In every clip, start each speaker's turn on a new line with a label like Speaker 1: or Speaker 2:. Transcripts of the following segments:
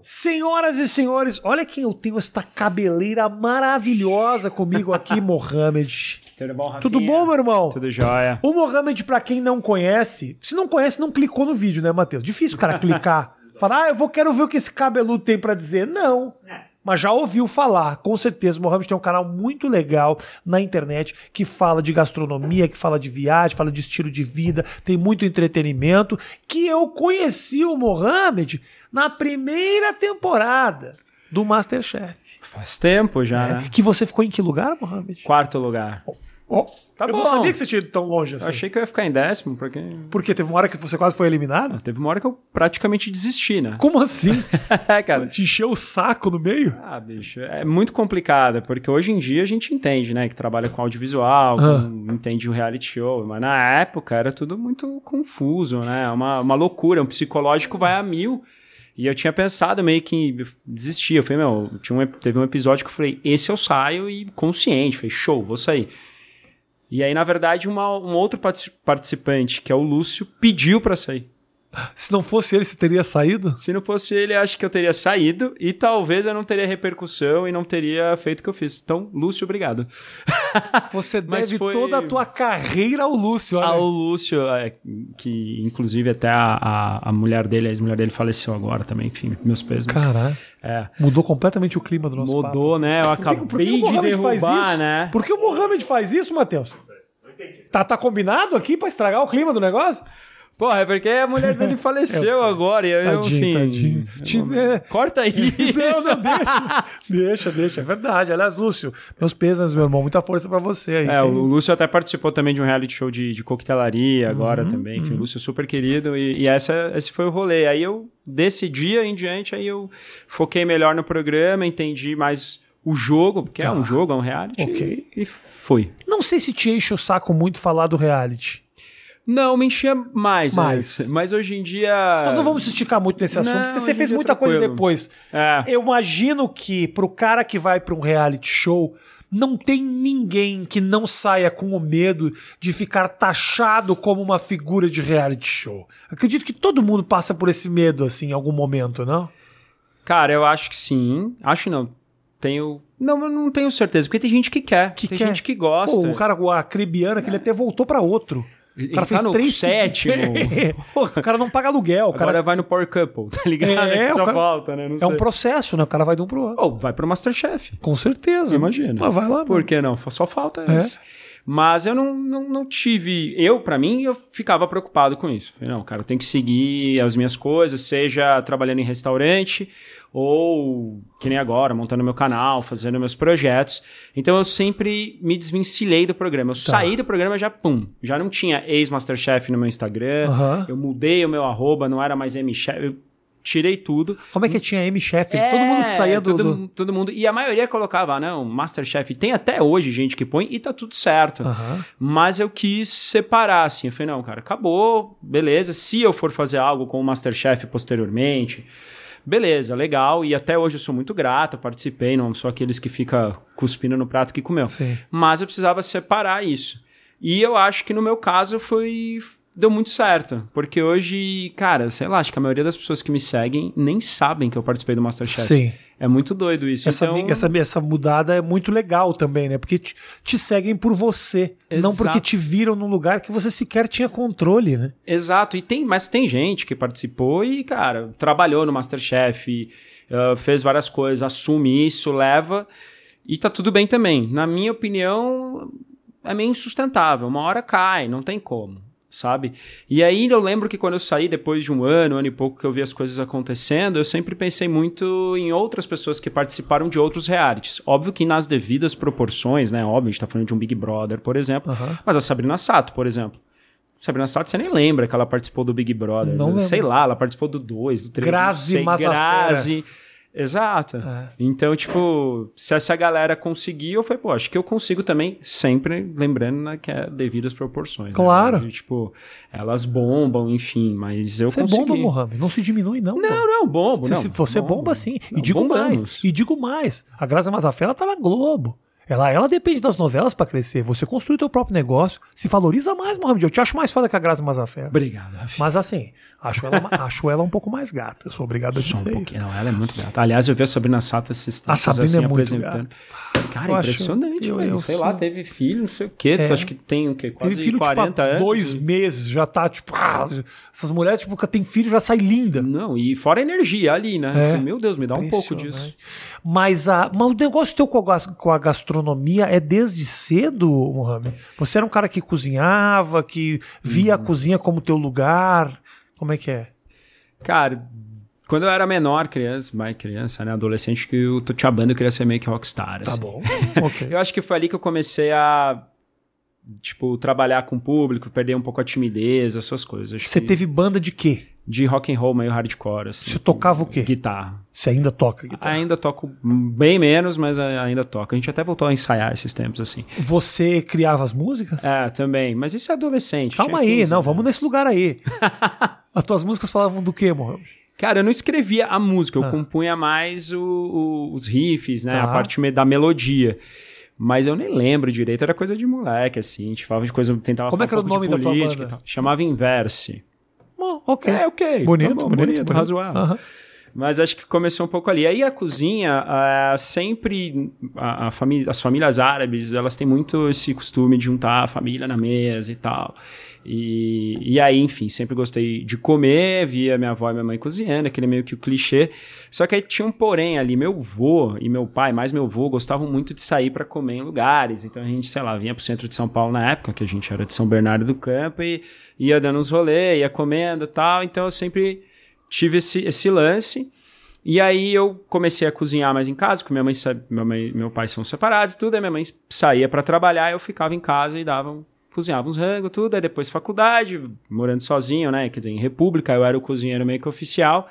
Speaker 1: Senhoras e senhores, olha quem eu tenho esta cabeleira maravilhosa comigo aqui, Mohamed.
Speaker 2: Tudo bom, Rafinha?
Speaker 1: Tudo bom, meu irmão?
Speaker 2: Tudo jóia.
Speaker 1: O Mohamed, pra quem não conhece, se não conhece, não clicou no vídeo, né, Matheus? Difícil o cara clicar. Falar, ah, eu vou, quero ver o que esse cabeludo tem pra dizer. Não. Mas já ouviu falar, com certeza. O Mohamed tem um canal muito legal na internet que fala de gastronomia, que fala de viagem, fala de estilo de vida, tem muito entretenimento. Que eu conheci o Mohamed na primeira temporada do Masterchef.
Speaker 2: Faz tempo já, né?
Speaker 1: Que você ficou em que lugar, Mohamed?
Speaker 2: Quarto lugar.
Speaker 1: Oh, tá eu
Speaker 2: bom.
Speaker 1: não sabia que você tinha ido tão longe
Speaker 2: Eu
Speaker 1: assim.
Speaker 2: achei que eu ia ficar em décimo, porque
Speaker 1: Porque teve uma hora que você quase foi eliminado?
Speaker 2: teve uma hora que eu praticamente desisti, né?
Speaker 1: Como assim?
Speaker 2: É, cara.
Speaker 1: Te encheu o saco no meio?
Speaker 2: Ah, bicho, é muito complicada, porque hoje em dia a gente entende, né? Que trabalha com audiovisual,
Speaker 1: Ah.
Speaker 2: com- entende o reality show, mas na época era tudo muito confuso, né? Uma, uma loucura, um psicológico vai a mil. E eu tinha pensado meio que desistir. Eu falei, meu, tinha um ep- teve um episódio que eu falei, esse eu saio e consciente, falei, show, vou sair. E aí, na verdade, uma- um outro partic- participante, que é o Lúcio, pediu pra sair.
Speaker 1: Se não fosse ele, você teria saído?
Speaker 2: Se não fosse ele, acho que eu teria saído e talvez eu não teria repercussão e não teria feito o que eu fiz. Então, Lúcio, obrigado.
Speaker 1: Você
Speaker 2: Mas
Speaker 1: deve
Speaker 2: foi-
Speaker 1: toda a tua carreira ao Lúcio. olha.
Speaker 2: Ao Lúcio, é, que inclusive até a, a, a mulher dele, a ex-mulher dele faleceu agora também, enfim, meus pesos.
Speaker 1: Caralho.
Speaker 2: É.
Speaker 1: Mudou completamente o clima do nosso papo.
Speaker 2: Mudou, né?
Speaker 1: Por
Speaker 2: Eu
Speaker 1: que- por que
Speaker 2: acabei
Speaker 1: o
Speaker 2: de
Speaker 1: Mohamed faz
Speaker 2: derrubar,
Speaker 1: isso?
Speaker 2: né?
Speaker 1: Por que o Mohamed faz isso, Matheus? Tá, tá combinado aqui pra estragar o clima do negócio?
Speaker 2: Porra, é porque a mulher dele
Speaker 1: Eu
Speaker 2: faleceu
Speaker 1: sei.
Speaker 2: agora e eu,
Speaker 1: Tadinho,
Speaker 2: enfim...
Speaker 1: tadinho.
Speaker 2: eu-
Speaker 1: Te- é.
Speaker 2: Corta aí!
Speaker 1: Não, não, deixa. deixa, deixa. É verdade. Aliás, Lúcio, meus pesos, meu irmão. Muita força pra você aí. Quem-
Speaker 2: É, o Lúcio até participou também de um reality show de, de coquetelaria agora também. Enfim, o Lúcio é super querido e, e essa, esse foi o rolê. Aí eu, desse dia em diante, aí eu foquei melhor no programa, entendi mais o jogo, porque é um jogo, é um reality.
Speaker 1: Ok.
Speaker 2: E, e fui.
Speaker 1: Não sei se te enche o saco muito falar do reality.
Speaker 2: Não, me enchia mais.
Speaker 1: Mais.
Speaker 2: Mas, mas hoje em dia.
Speaker 1: Nós não vamos se esticar muito nesse assunto,
Speaker 2: É. Não,
Speaker 1: porque você
Speaker 2: hoje em
Speaker 1: fez
Speaker 2: dia é
Speaker 1: muita coisa
Speaker 2: tranquilo.
Speaker 1: depois.
Speaker 2: É.
Speaker 1: Eu imagino que pro cara que vai pra um reality show, não tem ninguém que não saia com o medo de ficar taxado como uma figura de reality show. Acredito que todo mundo passa por esse medo, assim, em algum momento, não?
Speaker 2: Cara, eu acho que sim. Acho não. Tenho. Não, eu não tenho certeza, porque tem gente que quer.
Speaker 1: Que
Speaker 2: tem
Speaker 1: quer.
Speaker 2: gente que gosta.
Speaker 1: Pô, o cara, o Acrebiana, que ele até voltou pra outro.
Speaker 2: Ele
Speaker 1: O cara
Speaker 2: tá
Speaker 1: fez
Speaker 2: no
Speaker 1: três
Speaker 2: sétimo.
Speaker 1: o cara não paga aluguel, o
Speaker 2: Agora
Speaker 1: cara
Speaker 2: vai no Power Couple, tá ligado?
Speaker 1: É,
Speaker 2: É, que
Speaker 1: o
Speaker 2: só
Speaker 1: cara-
Speaker 2: falta, né? Não
Speaker 1: é
Speaker 2: sei.
Speaker 1: um processo, né? O cara vai de um pro outro.
Speaker 2: Ou vai pro Masterchef.
Speaker 1: Com certeza.
Speaker 2: Imagina.
Speaker 1: Mas vai lá.
Speaker 2: Por que não? Só falta
Speaker 1: Tá É.
Speaker 2: essa. Mas eu não, não, não tive. Eu, pra mim, eu ficava preocupado com isso. Falei, não, cara, eu tenho que seguir as minhas coisas, seja trabalhando em restaurante ou, que nem agora, montando meu canal, fazendo meus projetos. Então eu sempre me desvencilhei do programa.
Speaker 1: Tá.
Speaker 2: Eu saí do programa já, pum. Já não tinha ex-Masterchef no meu Instagram.
Speaker 1: Aham.
Speaker 2: Eu mudei o meu arroba, não era mais M-Chef. Eu tirei tudo.
Speaker 1: Como é que tinha M-Chef?
Speaker 2: É,
Speaker 1: todo mundo que saía do.
Speaker 2: Todo,
Speaker 1: do-
Speaker 2: todo mundo. E a maioria colocava, né? Um Masterchef. Tem até hoje gente que põe e tá tudo certo.
Speaker 1: Aham.
Speaker 2: Mas eu quis separar, assim. Eu falei, não, cara, acabou, beleza. Se eu for fazer algo com o Masterchef posteriormente, beleza, legal. E até hoje eu sou muito grato, participei, não sou aqueles que fica cuspindo no prato que comeu.
Speaker 1: Sim.
Speaker 2: Mas eu precisava separar isso. E eu acho que no meu caso foi. Deu muito certo. Porque hoje, cara, sei lá, acho que a maioria das pessoas que me seguem nem sabem que eu participei do Masterchef.
Speaker 1: Sim.
Speaker 2: É muito doido isso.
Speaker 1: Essa,
Speaker 2: então,
Speaker 1: mi- essa, mi- essa mudada é muito legal também, né? Porque te, te seguem por você, não
Speaker 2: Exato.
Speaker 1: porque te viram num lugar que você sequer tinha controle, né?
Speaker 2: Exato, e tem, mas tem gente que participou e, cara, trabalhou no Masterchef, eh, fez várias coisas, assume isso, leva, e tá tudo bem também. Na minha opinião, é meio insustentável. Uma hora cai, não tem como, sabe? E aí eu lembro que quando eu saí, depois de um ano, ano e pouco que eu vi as coisas acontecendo, eu sempre pensei muito em outras pessoas que participaram de outros realities. Óbvio que nas devidas proporções, né? Óbvio, a gente tá falando de um Big Brother, por exemplo. Mas a Sabrina Sato, por exemplo. Sabrina Sato, você nem lembra que ela participou do Big Brother.
Speaker 1: Não
Speaker 2: né?
Speaker 1: lembro.
Speaker 2: Sei lá, ela participou do 2, do 3.
Speaker 1: Grazi Massafera.
Speaker 2: Grazi. Exato.
Speaker 1: É.
Speaker 2: Então, tipo, se essa galera conseguiu, eu falei, pô, acho que eu consigo também, sempre lembrando né, que é devido às proporções. né?
Speaker 1: Claro.
Speaker 2: Hoje, tipo, elas bombam, enfim, mas eu
Speaker 1: Você é
Speaker 2: consegui.
Speaker 1: bomba, Mohamed. Não se diminui, não.
Speaker 2: Não, não, bombo.
Speaker 1: Você,
Speaker 2: não,
Speaker 1: se- você bomba,
Speaker 2: bombo.
Speaker 1: sim. E
Speaker 2: Não,
Speaker 1: digo
Speaker 2: bombamos.
Speaker 1: mais. E digo mais. A Graça Mazafela tá na Globo. Ela, ela depende das novelas pra crescer. Você construi teu próprio negócio, se valoriza mais, Mohamed. Eu te acho mais foda que a Grazi Mazafé.
Speaker 2: Obrigado, Rafi.
Speaker 1: Mas assim, acho ela, acho ela um pouco mais gata. Eu sou obrigado a dizer
Speaker 2: Só um
Speaker 1: isso.
Speaker 2: pouquinho. Não, ela é muito gata. Aliás, eu vi a Sabrina Sato esses tempos,
Speaker 1: A Sabrina
Speaker 2: assim,
Speaker 1: é muito
Speaker 2: apresentando. Cara,
Speaker 1: Eu acho-
Speaker 2: impressionante,
Speaker 1: eu-
Speaker 2: velho.
Speaker 1: eu
Speaker 2: sei
Speaker 1: sou-
Speaker 2: lá, teve filho, não sei o quê.
Speaker 1: É.
Speaker 2: Acho que tem o quê? Quase
Speaker 1: Teve filho,
Speaker 2: 40
Speaker 1: tipo, há
Speaker 2: anos.
Speaker 1: dois meses, já tá, tipo, ah, essas mulheres, tipo, que tem filho, já sai linda.
Speaker 2: Não, e fora a energia ali, né?
Speaker 1: É.
Speaker 2: Eu falei, Meu Deus, me dá um pouco
Speaker 1: Impressionante.
Speaker 2: disso.
Speaker 1: Mas, a, mas o negócio teu com a, gas- com a gastronomia é desde cedo, Mohamed? Você era um cara que cozinhava, que via
Speaker 2: Uhum.
Speaker 1: a cozinha como teu lugar. Como é que é?
Speaker 2: Cara, quando eu era menor, criança, mais criança, né? Adolescente, que eu tô te abando, eu queria ser meio que rockstar.
Speaker 1: Tá
Speaker 2: assim.
Speaker 1: bom. ok.
Speaker 2: Eu acho que foi ali que eu comecei a, tipo, trabalhar com o público, perder um pouco a timidez, essas coisas. Acho
Speaker 1: Você
Speaker 2: que
Speaker 1: teve banda de quê?
Speaker 2: De rock and roll meio hardcore, assim.
Speaker 1: Você tocava o quê?
Speaker 2: Guitarra.
Speaker 1: Você ainda toca guitarra?
Speaker 2: Ainda toco bem menos, mas a- ainda toco. A gente até voltou a ensaiar esses tempos, assim.
Speaker 1: Você criava as músicas?
Speaker 2: É, também. Mas isso é adolescente.
Speaker 1: Calma
Speaker 2: tinha
Speaker 1: aí,
Speaker 2: 15,
Speaker 1: não,
Speaker 2: né?
Speaker 1: vamos nesse lugar aí. as tuas músicas falavam do quê, Mohamed?
Speaker 2: Cara, eu não escrevia a música, eu
Speaker 1: Ah.
Speaker 2: compunha mais o- o- os riffs, né?
Speaker 1: Tá.
Speaker 2: A parte me- da melodia. Mas eu nem lembro direito, era coisa de moleque, assim. A gente falava de coisa, tentava
Speaker 1: Como é
Speaker 2: falar
Speaker 1: que era
Speaker 2: um
Speaker 1: o
Speaker 2: pouco de
Speaker 1: nome da tua
Speaker 2: política e
Speaker 1: banda?
Speaker 2: tal. Chamava Inverse.
Speaker 1: Bom, ok.
Speaker 2: É, ok.
Speaker 1: bonito,
Speaker 2: tá bom,
Speaker 1: bonito, bonito.
Speaker 2: razoável.
Speaker 1: Aham.
Speaker 2: Mas acho que começou um pouco ali. Aí a cozinha, ah, sempre a, a famí- as famílias árabes, elas têm muito esse costume de juntar a família na mesa e tal. E, e aí, enfim, sempre gostei de comer, via minha avó e minha mãe cozinhando, aquele meio que o clichê. Só que aí tinha um porém ali, meu vô e meu pai, mais meu vô, gostavam muito de sair para comer em lugares. Então a gente, sei lá, vinha pro centro de São Paulo na época, que a gente era de São Bernardo do Campo, e ia dando uns rolês, ia comendo e tal. Então eu sempre tive esse, esse lance. E aí eu comecei a cozinhar mais em casa, porque minha mãe, sa- minha mãe e meu pai são separados, tudo, aí minha mãe saía para trabalhar, eu ficava em casa e dava, um- cozinhava uns rangos, tudo, aí depois faculdade, morando sozinho, né, quer dizer, em república, eu era o cozinheiro meio que oficial.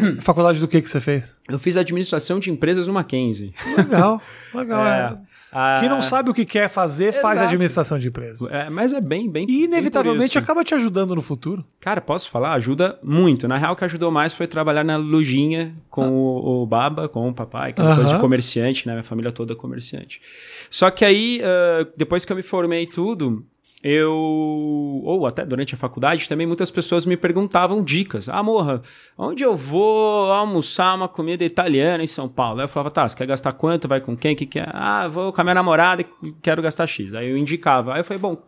Speaker 2: uhum.
Speaker 1: Faculdade do que que você fez?
Speaker 2: Eu fiz administração de empresas no Mackenzie.
Speaker 1: Legal, legal. é.
Speaker 2: Ah,
Speaker 1: Quem não sabe o que quer fazer, faz
Speaker 2: Exato.
Speaker 1: administração de empresa.
Speaker 2: é, mas é bem, bem. bem
Speaker 1: E
Speaker 2: por
Speaker 1: inevitavelmente
Speaker 2: isso.
Speaker 1: acaba te ajudando no futuro.
Speaker 2: Cara, posso falar? Ajuda muito. Na real, o que ajudou mais foi trabalhar na lojinha com o, o Baba, com o papai, que é uma
Speaker 1: Aham.
Speaker 2: coisa de comerciante, né? Minha família toda é comerciante. Só que aí, ah, depois que eu me formei e tudo, eu. Ou até durante a faculdade também, muitas pessoas me perguntavam dicas. Ah, morra, onde eu vou almoçar uma comida italiana em São Paulo? Aí eu falava, tá, você quer gastar quanto? Vai com quem? O que quer? Ah, vou com a minha namorada e quero gastar X. Aí eu indicava. Aí eu falei, bom.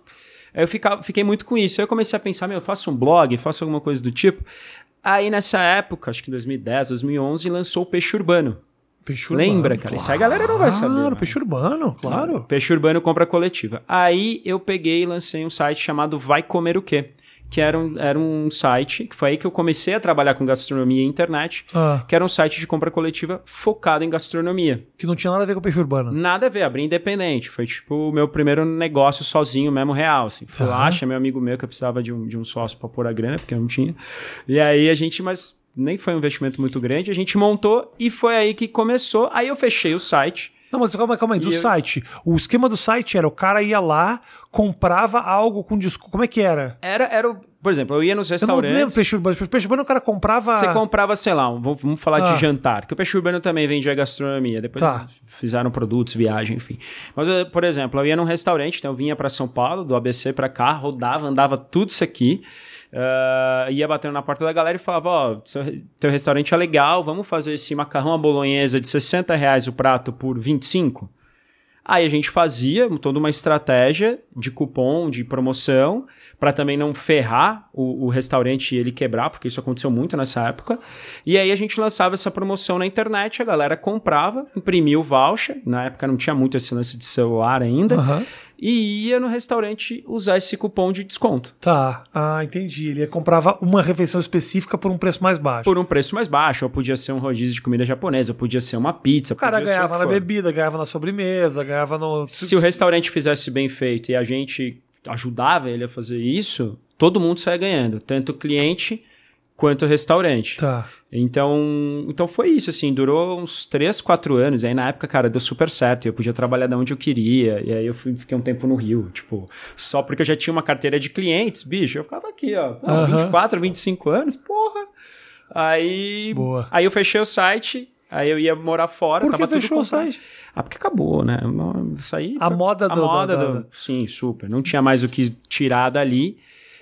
Speaker 2: Aí eu ficava, fiquei muito com isso. Aí eu comecei a pensar, meu, eu faço um blog, faço alguma coisa do tipo. Aí nessa época, acho que 2010, 2011, lançou o Peixe Urbano.
Speaker 1: Peixe
Speaker 2: Lembra, cara? Isso aí a galera não vai saber,
Speaker 1: Claro,
Speaker 2: né?
Speaker 1: peixe urbano, claro.
Speaker 2: Peixe Urbano compra coletiva. Aí eu peguei e lancei um site chamado Vai Comer o Quê? Que era um, era um site, que foi aí que eu comecei a trabalhar com gastronomia e internet,
Speaker 1: Ah,
Speaker 2: que era um site de compra coletiva focado em gastronomia.
Speaker 1: que não tinha nada a ver com peixe urbano.
Speaker 2: Nada a ver, abri independente. Foi tipo o meu primeiro negócio sozinho mesmo, real. Assim. Fui
Speaker 1: Tá.
Speaker 2: lá, chamei um amigo meu que eu precisava de um, de um sócio pra pôr a grana, porque eu não tinha. E aí a gente, mas nem foi um investimento muito grande, a gente montou e foi aí que começou. Aí eu fechei o site.
Speaker 1: Não, mas calma, calma aí, do
Speaker 2: E eu-
Speaker 1: site. O esquema do site era o cara ia lá, comprava algo com desconto. Como é que era?
Speaker 2: Era, era o, por exemplo, eu ia nos
Speaker 1: Eu não lembro
Speaker 2: restaurantes.
Speaker 1: peixe urbano. Peixe urbano o cara comprava.
Speaker 2: Você comprava, sei lá, um- vamos, vamos falar
Speaker 1: Ah.
Speaker 2: de jantar, que o peixe urbano também vendia gastronomia. Depois
Speaker 1: Tá.
Speaker 2: eles fizeram produtos, viagem, enfim. Mas, eu, por exemplo, eu ia num restaurante, então eu vinha pra São Paulo, do ABC pra cá, rodava, andava tudo isso aqui. ah, ia batendo na porta da galera e falava: Ó, seu re- teu restaurante é legal, vamos fazer esse macarrão à bolonhesa de 60 reais o prato por 25? Aí a gente fazia toda uma estratégia de cupom, de promoção, para também não ferrar o, o restaurante e ele quebrar, porque isso aconteceu muito nessa época. E aí a gente lançava essa promoção na internet, a galera comprava, imprimia o voucher, na época não tinha muito esse lance de celular ainda,
Speaker 1: Aham.
Speaker 2: e ia no restaurante usar esse cupom de desconto.
Speaker 1: Tá. Ah, entendi. Ele comprava uma refeição específica por um preço mais baixo.
Speaker 2: Por um preço mais baixo, ou podia ser um rodízio de comida japonesa, ou podia ser uma pizza.
Speaker 1: O cara
Speaker 2: podia ser o
Speaker 1: ganhava
Speaker 2: que
Speaker 1: na
Speaker 2: for.
Speaker 1: bebida, ganhava na sobremesa, ganhava no.
Speaker 2: é se o restaurante fizesse bem feito e a gente ajudava ele a fazer isso, todo mundo sai ganhando, tanto o cliente quanto o restaurante.
Speaker 1: Tá.
Speaker 2: Então, então foi isso, assim, durou uns 3, 4 anos. Aí na época, cara, deu super certo. Eu podia trabalhar da onde eu queria. E aí eu fui- fiquei um tempo no Rio, tipo, só porque eu já tinha uma carteira de clientes, bicho. Eu ficava aqui, ó, pô,
Speaker 1: Aham.
Speaker 2: 24, 25 anos, porra. Aí,
Speaker 1: Boa.
Speaker 2: aí eu fechei o site, aí eu ia morar fora.
Speaker 1: Por que
Speaker 2: tava tudo
Speaker 1: fechou o
Speaker 2: comprado.
Speaker 1: site?
Speaker 2: Ah, porque acabou, né? Não- isso aí.
Speaker 1: A moda
Speaker 2: a
Speaker 1: do-
Speaker 2: moda
Speaker 1: da-
Speaker 2: do-
Speaker 1: da-
Speaker 2: Sim, super. Não tinha mais o que tirar dali.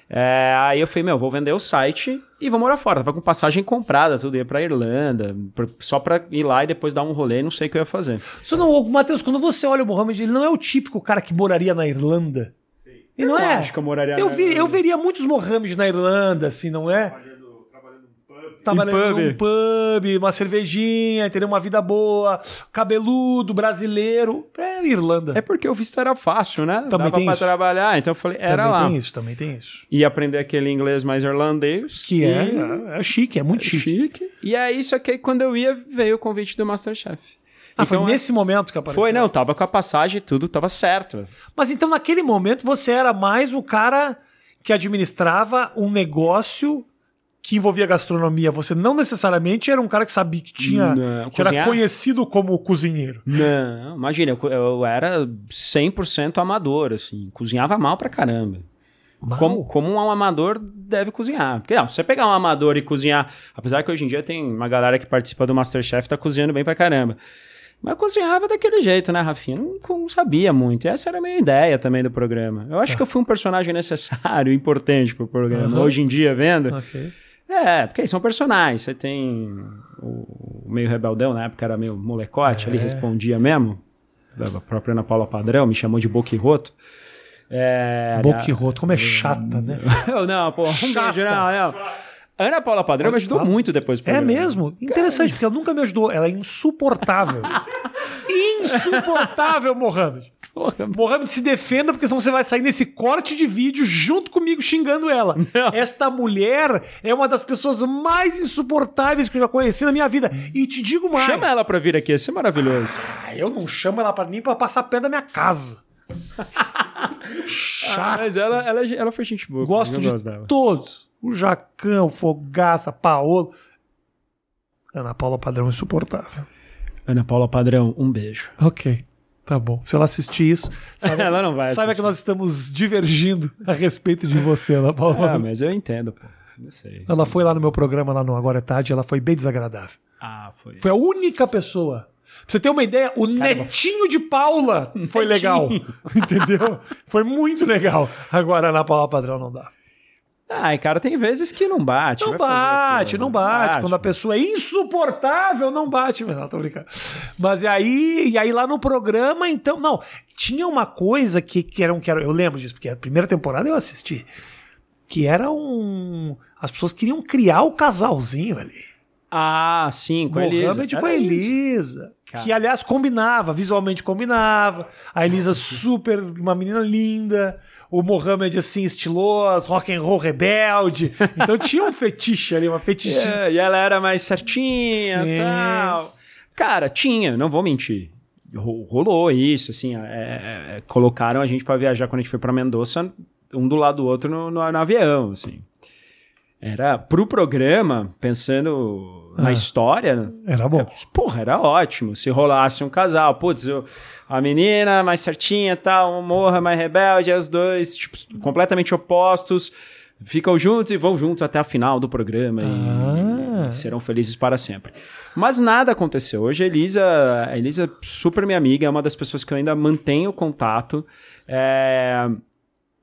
Speaker 2: É, aí eu falei, meu, vou vender o site e vou morar fora. Tava com passagem comprada, tudo. Ia pra Irlanda, pra- só pra ir lá e depois dar um rolê, não sei o que eu ia fazer.
Speaker 1: Só não, Matheus, quando você olha o Mohamed, ele não é o típico cara que moraria na Irlanda. Ele não, é.
Speaker 2: acho que né? eu moraria
Speaker 1: eu,
Speaker 2: na
Speaker 1: vi-
Speaker 2: Irlanda.
Speaker 1: eu veria muitos Mohamed na Irlanda, assim, não é? Trabalhando
Speaker 2: Em
Speaker 1: num pub, uma cervejinha, entendeu? Uma vida boa, cabeludo, brasileiro. É Irlanda.
Speaker 2: É porque o visto era fácil, né?
Speaker 1: Também
Speaker 2: Dava
Speaker 1: tem
Speaker 2: pra
Speaker 1: isso.
Speaker 2: trabalhar, então eu falei, era
Speaker 1: também
Speaker 2: lá.
Speaker 1: tem isso, também tem isso.
Speaker 2: E aprender aquele inglês mais irlandês.
Speaker 1: Que
Speaker 2: e...
Speaker 1: é, é, chique, é muito chique.
Speaker 2: Chique. E aí, só que aí quando eu ia, veio o convite do Masterchef.
Speaker 1: Ah, foi
Speaker 2: Então,
Speaker 1: nesse momento que apareceu.
Speaker 2: Foi, não, tava com a passagem e tudo, tava certo.
Speaker 1: Mas então, naquele momento, você era mais o cara que administrava um negócio que envolvia gastronomia. Você não necessariamente era um cara que sabia que tinha.
Speaker 2: Não,
Speaker 1: que era
Speaker 2: cozinhar?
Speaker 1: conhecido como cozinheiro.
Speaker 2: Não, imagina, eu, co- eu era 100% amador, assim, cozinhava mal pra caramba.
Speaker 1: Mal?
Speaker 2: Como, como um amador deve cozinhar. Porque não, se você pegar um amador e cozinhar, apesar que hoje em dia tem uma galera que participa do Masterchef tá cozinhando bem pra caramba. Mas eu cozinhava daquele jeito, né, Rafinha? Não, não sabia muito. E essa era a minha ideia também do programa. Eu acho que eu fui um personagem necessário, importante pro programa.
Speaker 1: Tá. Aham.
Speaker 2: Hoje em dia, vendo.
Speaker 1: Ok.
Speaker 2: É, porque aí são personagens. Você tem o o meio rebeldão, na época era meio molecote,
Speaker 1: É.
Speaker 2: ele respondia mesmo. A própria Ana Paula Padrão me chamou de boquirroto. É,
Speaker 1: Boca e roto, como é chata, né?
Speaker 2: Eu não, pô, um
Speaker 1: Chata.
Speaker 2: beijo, não, não. Ana Paula Padrão me ajudou muito depois do
Speaker 1: É
Speaker 2: programa.
Speaker 1: mesmo? Interessante, porque ela nunca me ajudou. Ela é insuportável. insuportável, Mohamed.
Speaker 2: Porra,
Speaker 1: Mohamed, se defenda, porque senão você vai sair nesse corte de vídeo junto comigo xingando ela. Esta mulher é uma das pessoas mais insuportáveis que eu já conheci na minha vida. E te digo mais.
Speaker 2: Chama ela pra vir aqui, ia ser maravilhoso.
Speaker 1: Ah, eu não chamo ela pra, nem pra passar perto da minha casa. Ah, Chata.
Speaker 2: Mas ela, ela, é ela foi gente boa.
Speaker 1: Gosto
Speaker 2: eu
Speaker 1: de
Speaker 2: dela.
Speaker 1: todos. O Jacão, o Fogaça, Paolo. Ana Paula Padrão insuportável.
Speaker 2: Ana Paula Padrão, um beijo.
Speaker 1: Ok. Tá bom. Se ela assistir isso, sabe,
Speaker 2: Ela não vai
Speaker 1: sabe
Speaker 2: assistir.
Speaker 1: que nós estamos divergindo a respeito de você, Ana Paula.
Speaker 2: Ah,
Speaker 1: Padrão.
Speaker 2: mas eu entendo, pô. Não sei.
Speaker 1: Ela foi lá no meu programa, lá no Agora é Tarde, ela foi bem desagradável.
Speaker 2: Ah, foi.
Speaker 1: Foi a única pessoa. Pra você ter uma ideia, o netinho de Paula foi legal. Entendeu? Foi muito legal. Agora, Ana Paula Padrão não dá.
Speaker 2: Ai, Ah, cara, tem vezes que não bate.
Speaker 1: Não
Speaker 2: vai fazer o quê,
Speaker 1: bate,
Speaker 2: né?
Speaker 1: não bate. Quando a pessoa é insuportável, não bate. Mas não, tô brincando. Mas e aí, e aí lá no programa, então. Não, tinha uma coisa que, que era um. Que era, eu lembro disso, porque a primeira temporada eu assisti. Que era um. As pessoas queriam criar o casalzinho ali.
Speaker 2: Ah, sim, com a Elisa.
Speaker 1: Mohamed com a
Speaker 2: Era isso.
Speaker 1: Elisa.
Speaker 2: Cara.
Speaker 1: Que, aliás, combinava, visualmente combinava. A Elisa super, uma menina linda. O Mohamed, assim, estiloso, rock and roll rebelde. Então tinha um fetiche ali, uma fetichinha.
Speaker 2: É, e ela era mais certinha
Speaker 1: Sim.
Speaker 2: e tal. Cara, tinha, não vou mentir. Ro- Rolou isso, assim. é, é, é, colocaram a gente pra viajar quando a gente foi pra Mendoza, um do lado do outro no, no- no avião, assim. Era pro programa, pensando
Speaker 1: Ah.
Speaker 2: na história,
Speaker 1: Era bom.
Speaker 2: Porra, era ótimo. Se rolasse um casal, putz, eu- a menina mais certinha, tal, o morra mais rebelde, aí os dois, tipo, completamente opostos, ficam juntos e vão juntos até a final do programa e,
Speaker 1: Ah.
Speaker 2: e serão felizes para sempre. Mas nada aconteceu. Hoje a Elisa, a Elisa é super minha amiga, é uma das pessoas que eu ainda mantenho contato. É,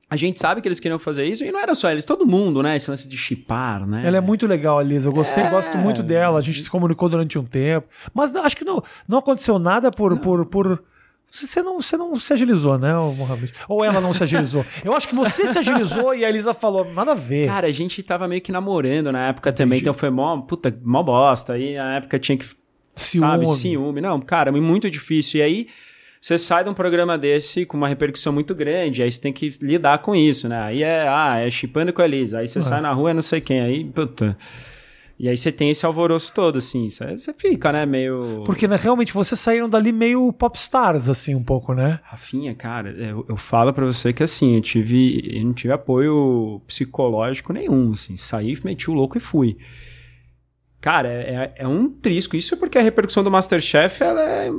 Speaker 2: A gente sabe que eles queriam fazer isso, e não era só eles, todo mundo, né? Esse lance de chipar, né?
Speaker 1: Ela é muito legal, a Elisa. Eu gostei,
Speaker 2: É.
Speaker 1: gosto muito dela. A gente se comunicou durante um tempo. Mas não- acho que não, não aconteceu nada por. por, por... Você não, você não se agilizou, né, ô Mohamed? Ou ela não se agilizou? Eu acho que você se agilizou e a Elisa falou, nada a ver.
Speaker 2: Cara, a gente tava meio que namorando na época também, então foi mó, puta, mó bosta. Aí na época tinha que,
Speaker 1: ciúme.
Speaker 2: sabe, ciúme. Não, cara, é muito difícil. E aí você sai de um programa desse com uma repercussão muito grande, aí você tem que lidar com isso, né? Aí é, ah, é chipando com a Elisa. Aí você sai na rua, é não sei quem, aí, puta. E aí você tem esse alvoroço todo, assim. Você você fica, né, meio...
Speaker 1: Porque né, realmente vocês saíram dali meio popstars, assim, um pouco, né?
Speaker 2: Rafinha, cara, é, eu, eu falo pra você que assim, eu tive, eu não tive apoio psicológico nenhum, assim, saí, meti o louco e fui. Cara, é, é um trisco. Isso porque a repercussão do Masterchef, ela é-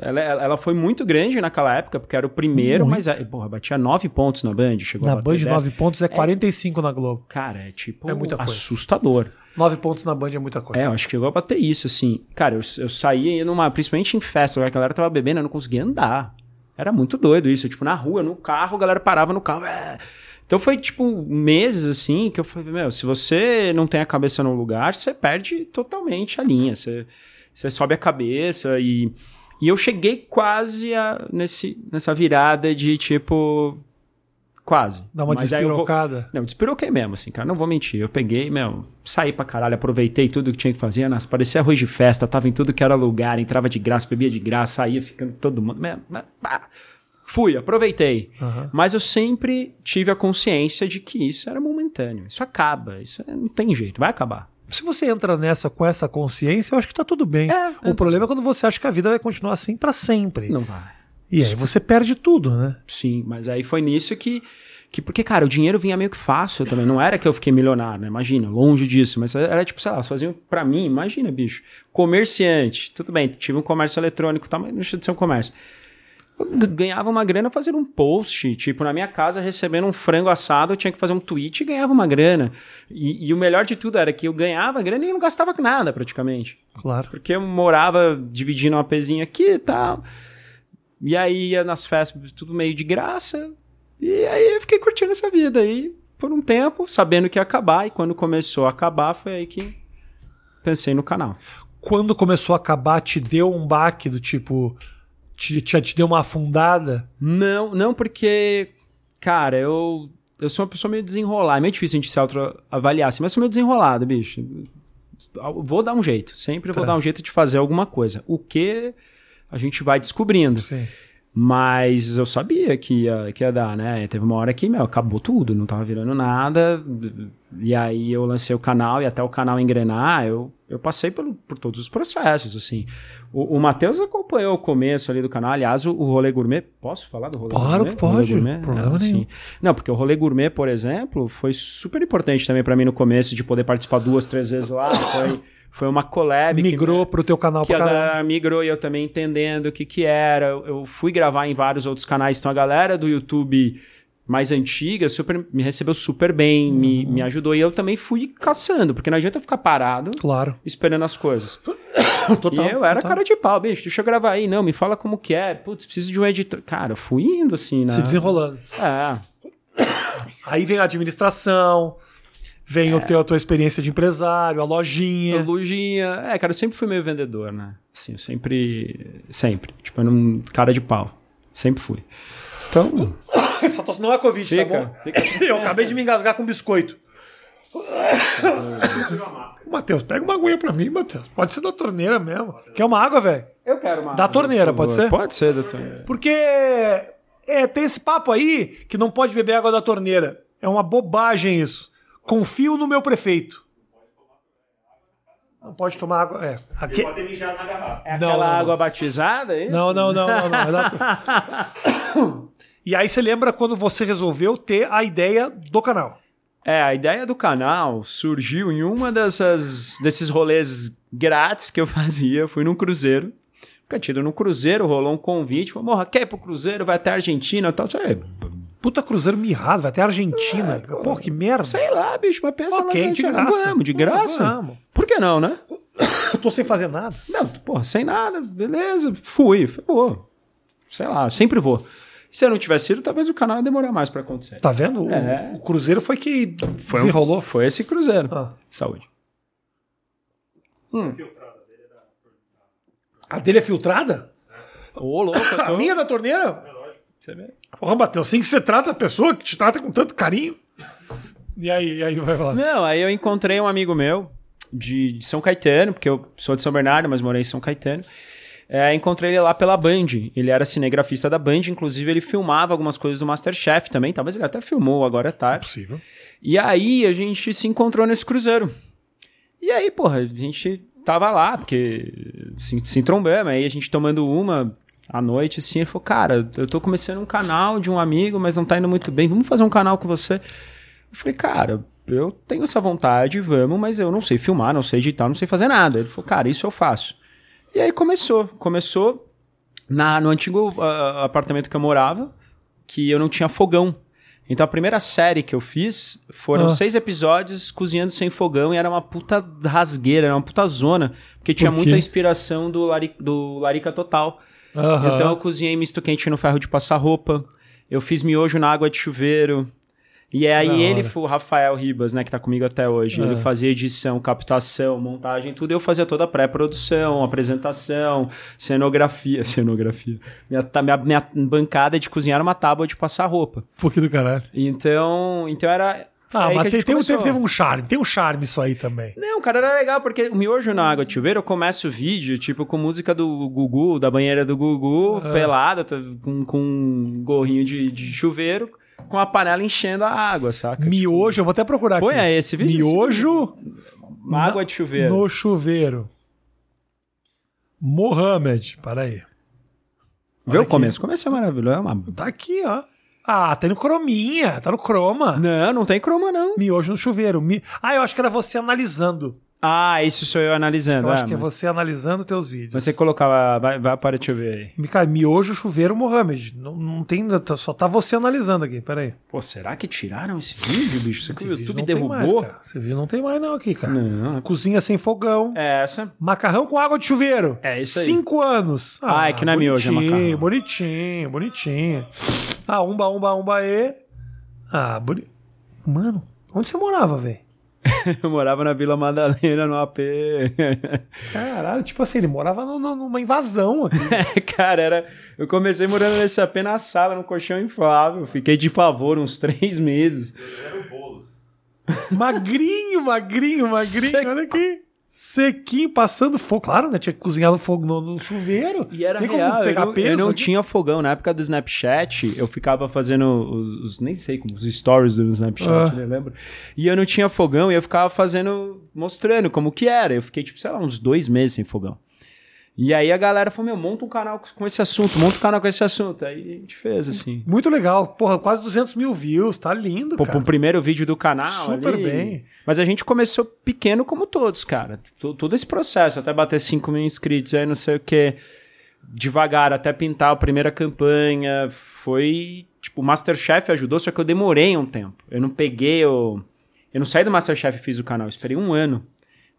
Speaker 2: Ela, ela foi muito grande naquela época, porque era o primeiro,
Speaker 1: Muito.
Speaker 2: mas, é, porra, batia nove pontos na Band, chegou
Speaker 1: Na
Speaker 2: a
Speaker 1: Band,
Speaker 2: bater 10.
Speaker 1: 9 pontos é 45 na Globo.
Speaker 2: Cara, é tipo
Speaker 1: É muita coisa.
Speaker 2: assustador.
Speaker 1: 9 pontos na Band é muita coisa.
Speaker 2: É, eu acho que chegou a bater isso, assim. Cara, eu, eu saía numa, principalmente em festa, a galera tava bebendo, eu não conseguia andar. Era muito doido isso. Tipo, na rua, no carro, a galera parava no carro. "É". Então foi, tipo, meses assim que eu falei, meu, se você não tem a cabeça no lugar, você perde totalmente a linha. Você, você sobe a cabeça e. E eu cheguei quase a- nesse, nessa virada de tipo. Quase.
Speaker 1: Dá uma
Speaker 2: aí eu vou-
Speaker 1: despirocada.
Speaker 2: não, despiroquei mesmo, assim, cara. Não vou mentir. Eu peguei, meu, saí pra caralho, aproveitei tudo que tinha que fazer. Nossa, parecia arroz de festa, tava em tudo que era lugar, entrava de graça, bebia de graça, saía ficando todo mundo. meu, mas, pá. Fui, aproveitei.
Speaker 1: Aham.
Speaker 2: Mas eu sempre tive a consciência de que isso era momentâneo. Isso acaba, isso é- não tem jeito, vai acabar.
Speaker 1: Se você entra nessa com essa consciência, eu acho que tá tudo bem.
Speaker 2: É.
Speaker 1: o problema é quando você acha que a vida vai continuar assim pra sempre.
Speaker 2: Não vai.
Speaker 1: E aí você perde tudo, né?
Speaker 2: Sim, mas aí foi nisso que, que. Porque, cara, o dinheiro vinha meio que fácil também. Não era que eu fiquei milionário, né? Imagina, longe disso. Mas era tipo, sei lá, só faziam pra mim, imagina, bicho. Comerciante. Tudo bem, tive um comércio eletrônico, e tal, mas não deixa de ser um comércio. Eu g- ganhava uma grana fazendo um post, tipo, na minha casa recebendo um frango assado, eu tinha que fazer um tweet e ganhava uma grana. E, e o melhor de tudo era que eu ganhava grana e não gastava com nada praticamente.
Speaker 1: Claro.
Speaker 2: Porque eu morava dividindo uma pezinha aqui e tal. E aí ia nas festas, tudo meio de graça. E aí eu fiquei curtindo essa vida aí por um tempo, sabendo que ia acabar. E quando começou a acabar, foi aí que pensei no canal.
Speaker 1: Quando começou a acabar, te deu um baque do tipo. Te, te, te deu uma afundada.
Speaker 2: Não, não, porque, cara, eu, eu sou uma pessoa meio desenrolada. É meio difícil a gente se autoavaliar assim, mas eu sou meio desenrolado, bicho. Vou dar um jeito. Sempre vou
Speaker 1: Tá.
Speaker 2: dar um jeito de fazer alguma coisa. O que a gente vai descobrindo.
Speaker 1: Sim.
Speaker 2: Mas eu sabia que ia, que ia dar, né? Teve uma hora que, meu, acabou tudo, não tava virando nada. E aí eu lancei o canal e até o canal engrenar, eu, eu passei pelo, por todos os processos, assim. O, o Matheus acompanhou o começo ali do canal. Aliás, o, o Rolê Gourmet, posso falar do Rolê
Speaker 1: Claro
Speaker 2: Gourmet?
Speaker 1: que pode,
Speaker 2: Rolê Gourmet?
Speaker 1: problema
Speaker 2: Ah, sim.
Speaker 1: nenhum.
Speaker 2: Não, porque o Rolê Gourmet, por exemplo, foi super importante também pra mim no começo, de poder participar duas, três vezes lá. Foi, foi uma
Speaker 1: É,
Speaker 2: collab. que-
Speaker 1: Migrou pro teu canal
Speaker 2: que
Speaker 1: pra
Speaker 2: a
Speaker 1: caralho.
Speaker 2: galera migrou e eu também entendendo o que que era. Eu eu fui gravar em vários outros canais, então a galera do YouTube mais antiga super, me recebeu super bem, me,
Speaker 1: Uhum.
Speaker 2: me ajudou e eu também fui caçando, porque não adianta eu ficar parado
Speaker 1: Claro.
Speaker 2: esperando as coisas.
Speaker 1: Total,
Speaker 2: e eu era
Speaker 1: total.
Speaker 2: cara de pau, bicho, deixa eu gravar aí, não, me fala como que é, putz, preciso de um editor. Cara, eu fui indo assim, né?
Speaker 1: Se desenrolando.
Speaker 2: É,
Speaker 1: Aí vem a administração, vem o teu, a tua experiência de empresário, a
Speaker 2: Eu,
Speaker 1: lojinha.
Speaker 2: lojinha. É, cara, eu sempre fui meio vendedor, né? Assim, eu sempre. Sempre. Tipo, eu não. Cara de pau. Sempre fui. Então.
Speaker 1: Só tô não é Covid,
Speaker 2: Fica,
Speaker 1: bom? Eu acabei de me engasgar com biscoito. Matheus, pega uma aguinha pra mim, Matheus. Pode ser da torneira mesmo. Quer uma água, velho?
Speaker 2: Eu quero uma.
Speaker 1: Da
Speaker 2: água,
Speaker 1: torneira,
Speaker 2: por
Speaker 1: pode
Speaker 2: favor.
Speaker 1: ser?
Speaker 2: Pode ser da torneira.
Speaker 1: Porque é, tem esse papo aí que não pode beber água da torneira. É uma bobagem isso. Confio no meu prefeito. Não pode tomar água. É. Aqui...
Speaker 2: É
Speaker 1: Não,
Speaker 2: aquela
Speaker 1: não, não.
Speaker 2: água batizada, é isso?
Speaker 1: Não, não, não, não, não. É da- e aí você lembra quando você resolveu ter a ideia do canal.
Speaker 2: É, a ideia do canal surgiu em uma dessas desses rolês grátis que eu fazia. Eu fui num cruzeiro. Fica tido num cruzeiro, rolou um convite. Falei, morra, quer ir pro cruzeiro? Vai até a Argentina e tal. Eu "É, falei,
Speaker 1: Puta Cruzeiro mirrado, vai até a Argentina. Pô, que merda.
Speaker 2: Sei lá, bicho, mas pensa lá.
Speaker 1: ok,
Speaker 2: na
Speaker 1: de
Speaker 2: Argentina.
Speaker 1: graça.
Speaker 2: Vamos, de graça?
Speaker 1: Vamos.
Speaker 2: Por que não, né?
Speaker 1: Eu tô sem fazer nada.
Speaker 2: Não, porra, sem nada, beleza, fui, falei, pô, sei lá, sempre vou. Se eu não tivesse ido, talvez o canal ia demorar mais pra acontecer.
Speaker 1: Tá vendo? O-
Speaker 2: É.
Speaker 1: O, Cruzeiro foi que
Speaker 2: Foi um-
Speaker 1: desenrolou.
Speaker 2: Foi esse cruzeiro.
Speaker 1: Ah.
Speaker 2: Saúde.
Speaker 1: A dele é filtrada?
Speaker 2: Ô, louco, eu
Speaker 1: A
Speaker 2: tô...
Speaker 1: minha é da torneira?
Speaker 2: Você vê?
Speaker 1: Porra, Matheus, assim que você trata a pessoa que te trata com tanto carinho. E aí, e aí vai falar.
Speaker 2: Não, aí eu encontrei um amigo meu de, de São Caetano, porque eu sou de São Bernardo, mas morei em São Caetano. É, encontrei ele lá pela Band. Ele era cinegrafista da Band, inclusive ele filmava algumas coisas do Masterchef também, talvez ele até filmou agora é tarde.
Speaker 1: Possível.
Speaker 2: E aí a gente se encontrou nesse cruzeiro. E aí, porra, a gente tava lá, porque se, se trombamos, aí a gente tomando uma à noite, assim, ele falou, cara, eu tô começando um canal de um amigo, mas não tá indo muito bem, vamos fazer um canal com você? Eu falei, cara, eu tenho essa vontade, vamos, mas eu não sei filmar, não sei editar, não sei fazer nada. Ele falou, cara, isso eu faço. E aí começou, começou na, no antigo ah, apartamento que eu morava, que eu não tinha fogão. Então a primeira série que eu fiz foram
Speaker 1: Ah.
Speaker 2: seis episódios cozinhando sem fogão e era uma puta rasgueira, era uma puta zona, porque tinha
Speaker 1: quê?
Speaker 2: muita inspiração do, Lari- do Larica Total.
Speaker 1: Aham.
Speaker 2: Então eu cozinhei misto quente no ferro de passar roupa. Eu fiz miojo na água de chuveiro. E é aí
Speaker 1: Da
Speaker 2: ele,
Speaker 1: hora.
Speaker 2: o Rafael Ribas, né, que tá comigo até hoje,
Speaker 1: Ah.
Speaker 2: ele fazia edição, captação, montagem, tudo. Eu fazia toda a pré-produção, apresentação, cenografia, cenografia. Minha, ta- minha, minha bancada de cozinhar era uma tábua de passar roupa.
Speaker 1: Por que Um do caralho?
Speaker 2: Então, então era... foi
Speaker 1: Ah,
Speaker 2: aí que
Speaker 1: mas
Speaker 2: a
Speaker 1: tem,
Speaker 2: gente
Speaker 1: tem um-
Speaker 2: começou.
Speaker 1: teve, teve um charme, tem um charme isso aí também.
Speaker 2: Não, cara, era legal, porque o Miojo na Água de Chuveiro, eu começo o vídeo, tipo, com música do Gugu, da banheira do Gugu,
Speaker 1: Ah.
Speaker 2: pelada, tá- com, com um gorrinho de, de chuveiro, com a panela enchendo a água, saca?
Speaker 1: Miojo, eu vou até procurar
Speaker 2: Põe
Speaker 1: aqui.
Speaker 2: aí esse vídeo.
Speaker 1: Miojo
Speaker 2: Na Água de Chuveiro.
Speaker 1: no chuveiro. Mohamed, peraí.
Speaker 2: Vê
Speaker 1: Olha
Speaker 2: o
Speaker 1: aqui.
Speaker 2: começo. O começo é maravilhoso. É uma...
Speaker 1: Tá aqui, ó. Ah, tá no crominha, tá no croma.
Speaker 2: Não, não tem croma, não.
Speaker 1: Miojo no chuveiro. Mi- Ah, eu acho que era você analisando.
Speaker 2: Ah, isso sou eu analisando.
Speaker 1: Eu
Speaker 2: ah,
Speaker 1: acho que é
Speaker 2: mas
Speaker 1: você analisando teus vídeos.
Speaker 2: Você colocava... Vai, vai para, deixa eu ver aí.
Speaker 1: Cara, miojo, chuveiro, Mohamed. Não, não tem, tá- só tá você analisando aqui, peraí.
Speaker 2: Pô, será que tiraram esse vídeo, bicho? Isso aqui o
Speaker 1: Esse vídeo
Speaker 2: YouTube
Speaker 1: não tem
Speaker 2: derrubou?
Speaker 1: mais, cara. Esse vídeo não tem mais não aqui, cara.
Speaker 2: Não,
Speaker 1: Cozinha sem fogão.
Speaker 2: é essa.
Speaker 1: Macarrão com água de chuveiro.
Speaker 2: É isso aí.
Speaker 1: Cinco anos.
Speaker 2: Ah, é que não é miojo, é
Speaker 1: Bonitinho,
Speaker 2: macarrão.
Speaker 1: bonitinho, bonitinho. Ah, umba, umba, umba, e... Ah, boni... Mano, onde você morava, velho?
Speaker 2: Eu morava na Vila Madalena, no AP.
Speaker 1: Caralho, tipo assim, ele morava no- no- numa invasão aqui.
Speaker 2: Cara, era. Eu comecei morando nesse AP na sala, no colchão inflável. Fiquei de favor uns três meses.
Speaker 1: Magrinho, magrinho, magrinho.
Speaker 2: Seco.
Speaker 1: Olha aqui. Sequinho, passando fogo. Claro, né? Tinha que cozinhar no fogo no, no chuveiro.
Speaker 2: E era
Speaker 1: Tem como
Speaker 2: real.
Speaker 1: pegar
Speaker 2: eu, não,
Speaker 1: peso
Speaker 2: eu não
Speaker 1: aqui?
Speaker 2: tinha fogão. Na época do Snapchat, eu ficava fazendo os, os- nem sei como, os stories do Snapchat,
Speaker 1: Ah.
Speaker 2: né, lembra? E eu não tinha fogão e eu ficava fazendo, mostrando como que era. Eu fiquei, tipo, sei lá, uns dois meses sem fogão. E aí a galera falou, meu, monta um canal com esse assunto, monta um canal com esse assunto. Aí a gente fez, assim.
Speaker 1: Muito legal. Porra, quase 200 mil views. Tá lindo,
Speaker 2: Pô, pro
Speaker 1: cara.
Speaker 2: primeiro vídeo do canal.
Speaker 1: Super
Speaker 2: ali.
Speaker 1: bem.
Speaker 2: Mas a gente começou pequeno, como todos, cara. Tu- Todo esse processo, até bater 5 mil inscritos, aí não sei o quê. Devagar, até pintar a primeira campanha. Foi. Tipo, o Masterchef ajudou, só que eu demorei um tempo. Eu não peguei o. Eu não saí do Masterchef e fiz o canal. Eu esperei um ano.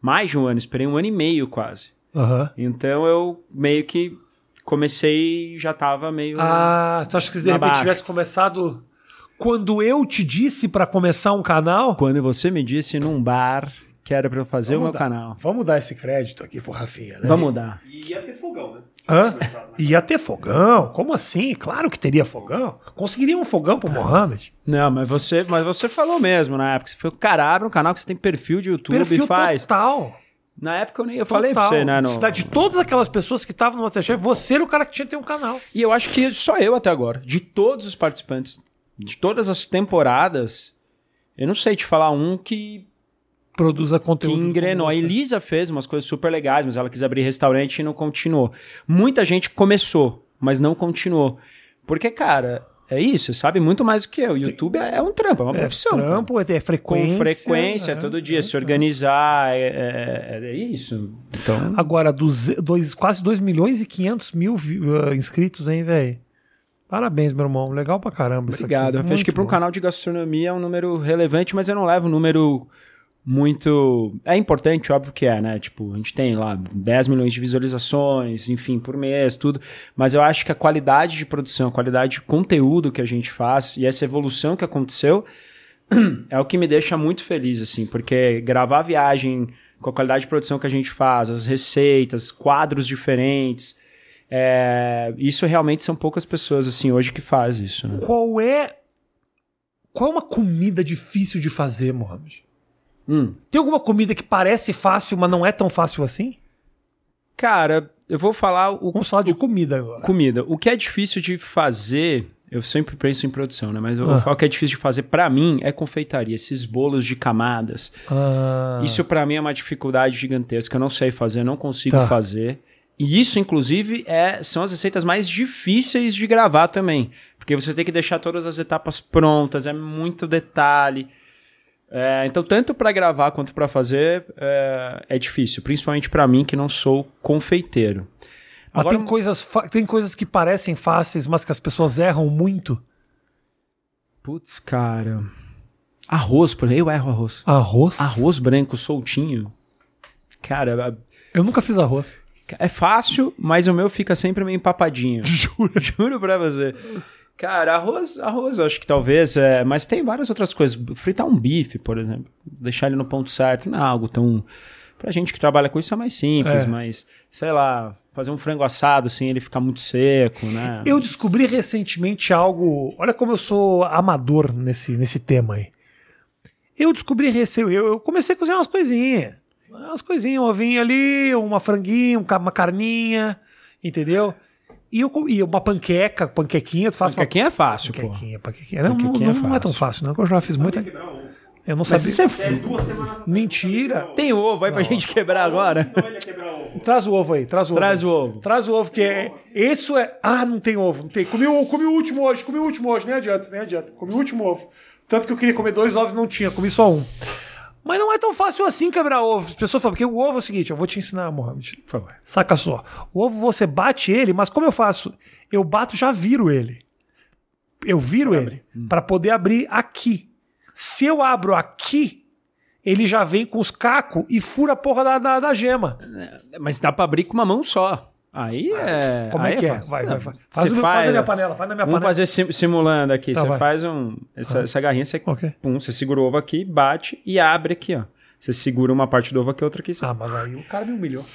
Speaker 2: Mais de um ano, esperei um ano e meio quase.
Speaker 1: Aham.
Speaker 2: Então eu meio que comecei e já tava meio.
Speaker 1: Ah, tu acha que se de
Speaker 2: Na
Speaker 1: repente
Speaker 2: baixa.
Speaker 1: tivesse começado... Quando eu te disse pra começar um canal...
Speaker 2: Quando você me disse num bar que era pra eu fazer o meu
Speaker 1: dar-
Speaker 2: canal.
Speaker 1: Vamos dar esse crédito aqui pro Rafinha, né?
Speaker 2: Vamos mudar.
Speaker 3: E ia ter fogão, né?
Speaker 1: Hã? Ia ter fogão? Como assim? Claro que teria fogão. Conseguiria um fogão pro Mohamed?
Speaker 2: Não, mas você, mas você falou mesmo na época. Você falou, cara, abre um canal que você tem perfil de YouTube e
Speaker 1: Perfil
Speaker 2: faz.
Speaker 1: total.
Speaker 2: Na época eu nem eu falei pra
Speaker 1: Total.
Speaker 2: você, né? no-
Speaker 1: Você tá De todas aquelas pessoas que estavam no Masterchef, você era o cara que tinha que ter um canal.
Speaker 2: E eu acho que só eu até agora, de todos os participantes, de todas as temporadas, eu não sei te falar um que,
Speaker 1: Produza
Speaker 2: que
Speaker 1: conteúdo.
Speaker 2: engrenou. A Elisa fez umas coisas super legais, mas ela quis abrir restaurante e não continuou. Muita gente começou, mas não continuou. Porque, cara, é isso, você sabe muito mais do que eu. YouTube é, é um trampo, é uma
Speaker 1: É
Speaker 2: profissão. cara.
Speaker 1: trampo, é frequência.
Speaker 2: com frequência,
Speaker 1: é.
Speaker 2: todo dia, se organizar, é, é- é isso. Então,
Speaker 1: Agora, duze- dois, quase 2 milhões e 500 mil vi- ah, inscritos, hein, velho? Parabéns, meu irmão. Legal pra caramba isso aqui. é
Speaker 2: obrigado. Eu acho
Speaker 1: Muito
Speaker 2: que para um
Speaker 1: bom.
Speaker 2: canal de gastronomia é um número relevante, mas eu não levo um número muito... É importante, óbvio que é, né? Tipo, a gente tem lá 10 milhões de visualizações, enfim, por mês, tudo. Mas eu acho que a qualidade de produção, a qualidade de conteúdo que a gente faz e essa evolução que aconteceu é o que me deixa muito feliz, assim, porque gravar a viagem com a qualidade de produção que a gente faz, as receitas, quadros diferentes, é, isso realmente são poucas pessoas, assim, hoje que faz isso, né?
Speaker 1: Qual é. Qual é uma comida difícil de fazer, Mohamed?
Speaker 2: Hum.
Speaker 1: Tem alguma comida que parece fácil, mas não é tão fácil assim?
Speaker 2: Cara, eu vou falar o
Speaker 1: Vamos falar de comida agora.
Speaker 2: comida. O que é difícil de fazer, eu sempre penso em produção, né? Mas eu
Speaker 1: Ah.
Speaker 2: vou falar o que é difícil de fazer pra mim é confeitaria, esses bolos de camadas.
Speaker 1: Ah,
Speaker 2: Isso pra mim é uma dificuldade gigantesca. Eu não sei fazer, eu não consigo
Speaker 1: Tá.
Speaker 2: fazer. E isso, inclusive, é, são as receitas mais difíceis de gravar também. Porque você tem que deixar todas as etapas prontas, é muito detalhe. É, então, tanto pra gravar quanto pra fazer é, é difícil. Principalmente pra mim, que não sou confeiteiro.
Speaker 1: Mas
Speaker 2: Agora-
Speaker 1: tem, coisas fa- tem coisas que parecem fáceis, mas que as pessoas erram muito.
Speaker 2: Putz, cara. Arroz, por exemplo, eu erro arroz.
Speaker 1: Arroz?
Speaker 2: Arroz branco soltinho. Cara,
Speaker 1: Eu nunca fiz arroz.
Speaker 2: É fácil, mas o meu fica sempre meio empapadinho. Juro. Juro pra você. Cara, arroz, arroz, eu acho que talvez, é, mas tem várias outras coisas. Fritar um bife, por exemplo, deixar ele no ponto certo, não é algo tão. Pra gente que trabalha com isso é mais simples,
Speaker 1: É.
Speaker 2: mas, sei lá, fazer um frango assado sem ele ficar muito seco, né?
Speaker 1: Eu descobri recentemente algo. Olha como eu sou amador nesse, nesse tema aí. Eu descobri recente. Eu, eu comecei a cozinhar umas coisinhas. Umas coisinhas, um ovinho ali, uma franguinha, um ca- uma carninha, entendeu? E, eu, co- e uma panqueca, panquequinha, tu faz uma
Speaker 2: Panquequinha é fácil, pô.
Speaker 1: Panquequinha, panquequinha. Não,
Speaker 2: Panquequinha
Speaker 1: não,
Speaker 2: é
Speaker 1: não é tão
Speaker 2: fácil.
Speaker 1: fácil, não, que eu já fiz muita. Eu não
Speaker 2: Mas
Speaker 1: sabia.
Speaker 2: isso é f...
Speaker 1: Mentira.
Speaker 2: Tem ovo aí pra gente quebrar agora?
Speaker 1: Traz o ovo aí, traz o ovo.
Speaker 2: Traz
Speaker 1: aí.
Speaker 2: o ovo.
Speaker 1: Traz o ovo, que é. Isso é. Ah, não tem ovo, não tem. Comi, o- comi o último hoje, comi o último hoje, nem adianta, nem adianta. Comi o último ovo. Tanto que eu queria comer dois ovos não tinha, comi só um. Mas não é tão fácil assim quebrar ovo. As pessoas falam, porque o ovo é o seguinte, eu vou te ensinar, Mohamed. Por favor. Saca só. O ovo você bate ele, mas como eu faço? Eu bato já viro ele. Eu viro ele
Speaker 2: Hum.
Speaker 1: para poder abrir aqui. Se eu abro aqui, ele já vem com os cacos e fura a porra da- da, da gema.
Speaker 2: Mas dá pra abrir com uma mão só. Aí é.
Speaker 1: Como
Speaker 2: aí
Speaker 1: é que é?
Speaker 2: fácil.
Speaker 1: Vai,
Speaker 2: Não,
Speaker 1: vai, vai. Faz,
Speaker 2: você
Speaker 1: o meu- faz
Speaker 2: faz-
Speaker 1: na minha panela, faz na minha
Speaker 2: Vamos
Speaker 1: panela.
Speaker 2: fazer sim- simulando aqui.
Speaker 1: Tá,
Speaker 2: você
Speaker 1: vai. Tá.
Speaker 2: faz um. Essa, essa garrinha, você.
Speaker 1: Ok.
Speaker 2: Pum, você segura o ovo aqui, bate e abre aqui, ó. Você segura uma parte do ovo aqui, outra aqui. Você...
Speaker 1: Ah, mas aí o cara me humilhou.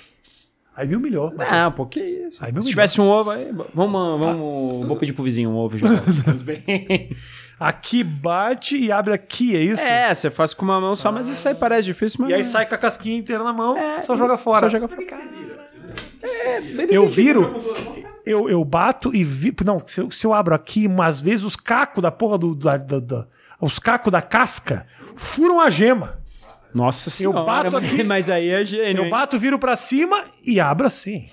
Speaker 1: Aí me humilhou.
Speaker 2: Ah, pô, que isso.
Speaker 1: Aí, meu Deus.
Speaker 2: Se tivesse um ovo, aí, vamos, vamos. Vou pedir pro vizinho um ovo já.
Speaker 1: Aqui bate e abre aqui, é isso?
Speaker 2: é, você faz com uma mão só, mas isso aí parece difícil, mas.
Speaker 1: E aí
Speaker 2: não é.
Speaker 1: sai com a casquinha inteira na mão,
Speaker 2: É,
Speaker 1: só joga fora.
Speaker 2: Só joga fora.
Speaker 1: Eu viro,
Speaker 2: né?
Speaker 1: eu, eu bato e vi. Não, se eu, se eu abro aqui, umas vezes os cacos da porra do. da- da- da- os cacos da casca furam a gema.
Speaker 2: Nossa senhora.
Speaker 1: bato
Speaker 2: mas-
Speaker 1: aqui-
Speaker 2: Mas aí é gênio.
Speaker 1: Eu
Speaker 2: hein?
Speaker 1: bato, viro pra cima e abro assim.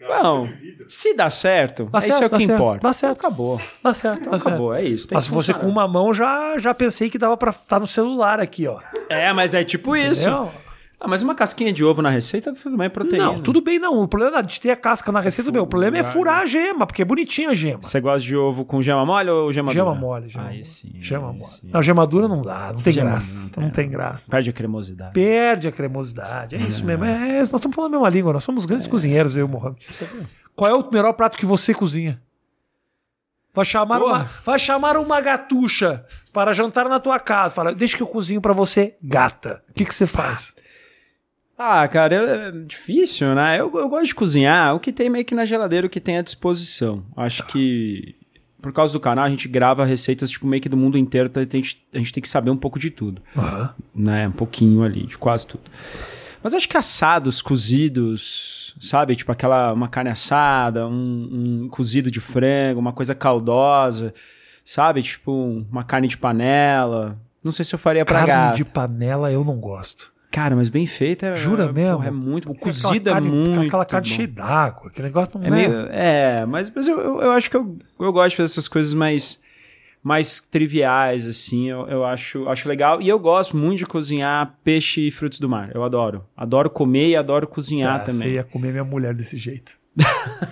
Speaker 2: Bom, se dá certo,
Speaker 1: Dá
Speaker 2: é isso é
Speaker 1: certo,
Speaker 2: o
Speaker 1: dá
Speaker 2: que
Speaker 1: certo,
Speaker 2: importa.
Speaker 1: dá certo.
Speaker 2: Acabou.
Speaker 1: Tá certo, tá certo.
Speaker 2: Acabou, é isso. tem
Speaker 1: Mas
Speaker 2: que
Speaker 1: se você com
Speaker 2: funcionar.
Speaker 1: uma mão, já, já pensei que dava pra estar no celular aqui, ó.
Speaker 2: É, mas é tipo isso.
Speaker 1: Entendeu?
Speaker 2: Ah, mas uma casquinha de ovo na receita tudo bem, é proteína.
Speaker 1: Não, tudo bem não. O problema é de ter a casca na receita, meu. O problema é furar
Speaker 2: né?
Speaker 1: a gema, porque é bonitinha a gema.
Speaker 2: Você gosta de ovo com gema mole ou gema
Speaker 1: Gema
Speaker 2: dura?
Speaker 1: mole, gema
Speaker 2: Aí
Speaker 1: mole.
Speaker 2: sim.
Speaker 1: Gema
Speaker 2: aí
Speaker 1: mole.
Speaker 2: sim.
Speaker 1: Não, gema dura não dá, não tem
Speaker 2: Gema não
Speaker 1: graça.
Speaker 2: tem.
Speaker 1: Não tem graça.
Speaker 2: Perde a cremosidade.
Speaker 1: Perde a cremosidade. É isso mesmo. É, nós estamos falando a mesma língua. Nós somos grandes cozinheiros, eu e o Mohamed. Qual é o melhor prato que você cozinha? Vai chamar,
Speaker 2: Porra.
Speaker 1: uma, vai chamar uma gatucha para jantar na tua casa. Fala, deixa que eu cozinho para você, gata. O que, que você faz?
Speaker 2: Ah, cara, eu- é difícil, né? Eu, eu gosto de cozinhar o que tem meio que na geladeira, o que tem à disposição. Acho que por causa do canal a gente grava receitas tipo meio que do mundo inteiro, então a gente, a gente tem que saber um pouco de tudo.
Speaker 1: Aham.
Speaker 2: né? Um pouquinho ali, de quase tudo. Mas eu acho que assados, cozidos, sabe? Tipo aquela, uma carne assada, um, um cozido de frango, uma coisa caldosa, sabe? Tipo uma carne de panela. Não sei se eu faria pra
Speaker 1: Carne
Speaker 2: gato.
Speaker 1: de panela eu não gosto.
Speaker 2: Cara, mas bem feita. é-
Speaker 1: Jura
Speaker 2: é,
Speaker 1: mesmo?
Speaker 2: porra, É muito bom.
Speaker 1: Aquela
Speaker 2: Cozida é
Speaker 1: carne-
Speaker 2: muito
Speaker 1: Aquela carne
Speaker 2: bom.
Speaker 1: cheia d'água. Aquele negócio não
Speaker 2: É, meio, é mas, mas eu, eu, eu acho que eu, eu gosto de fazer essas coisas mais, mais triviais, assim. Eu, eu acho, acho legal. E eu gosto muito de cozinhar peixe e frutos do mar. Eu adoro. Adoro comer e adoro cozinhar
Speaker 1: Ah, Você
Speaker 2: também.
Speaker 1: ia comer minha mulher desse jeito.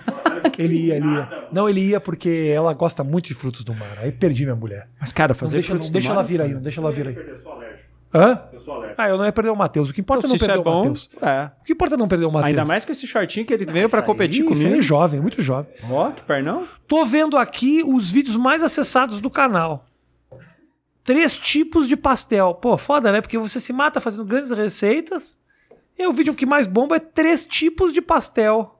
Speaker 1: ele ia, ele ia. Não, ele ia porque ela gosta muito de frutos do mar. Aí perdi minha mulher.
Speaker 2: Mas, cara,
Speaker 1: Não
Speaker 2: fazer
Speaker 1: Então deixa,
Speaker 2: frutos
Speaker 1: não deixa
Speaker 2: do mar... é
Speaker 1: ela vir aí, não deixa ela vir aí.
Speaker 3: Eu sou alérgico.
Speaker 1: Hã?
Speaker 3: Eu sou alérgico.
Speaker 1: Ah, eu não ia perder o Matheus. O que importa é
Speaker 2: Se
Speaker 1: não
Speaker 2: isso
Speaker 1: perder
Speaker 2: é
Speaker 1: o
Speaker 2: bom,
Speaker 1: Matheus.
Speaker 2: é.
Speaker 1: O que importa é não perder o Matheus.
Speaker 2: Ainda mais com esse shortinho que ele veio pra
Speaker 1: Isso aí,
Speaker 2: competir
Speaker 1: isso aí é
Speaker 2: comigo.
Speaker 1: jovem, muito jovem.
Speaker 2: Ó, que pernão.
Speaker 1: Tô vendo aqui os vídeos mais acessados do canal. Três tipos de pastel. Pô, foda, né? Porque você se mata fazendo grandes receitas. E o vídeo que mais bomba é três tipos de pastel.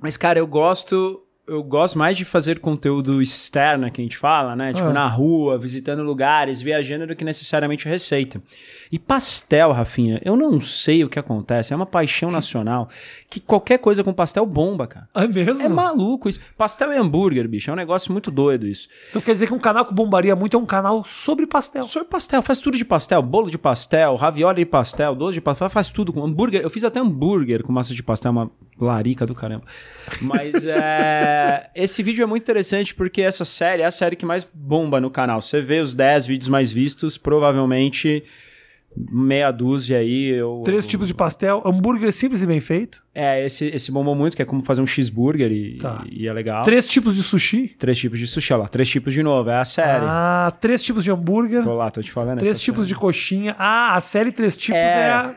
Speaker 2: Mas, cara, eu gosto. Eu gosto mais de fazer conteúdo externo que a gente fala, né? Tipo,
Speaker 1: Ah.
Speaker 2: na rua, visitando lugares, viajando, do que necessariamente receita. E pastel, Rafinha, eu não sei o que acontece. É uma paixão nacional que qualquer coisa com pastel bomba, cara.
Speaker 1: É mesmo?
Speaker 2: É maluco isso. Pastel e hambúrguer, bicho. É um negócio muito doido isso.
Speaker 1: Então quer dizer que um canal que bombaria muito é um canal sobre pastel.
Speaker 2: Só pastel, faz tudo de pastel. Bolo de pastel, ravioli de pastel, doce de pastel, faz tudo com hambúrguer. Eu fiz até hambúrguer com massa de pastel, uma larica do caramba. Mas é, esse vídeo é muito interessante porque essa série é a série que mais bomba no canal. Você vê os 10 vídeos mais vistos, provavelmente meia dúzia aí. Eu,
Speaker 1: Três tipo- tipos de pastel, hambúrguer simples e bem feito.
Speaker 2: É, esse, esse bombou muito, que é como fazer um cheeseburger e,
Speaker 1: Tá.
Speaker 2: e é legal.
Speaker 1: Três tipos de sushi.
Speaker 2: Três tipos de sushi, olha lá. Três tipos de novo, é a série.
Speaker 1: Ah, três tipos de hambúrguer.
Speaker 2: Tô lá, tô te falando.
Speaker 1: Três
Speaker 2: essa
Speaker 1: tipos
Speaker 2: série.
Speaker 1: de coxinha. Ah, a série Três Tipos é,
Speaker 2: É.
Speaker 1: a,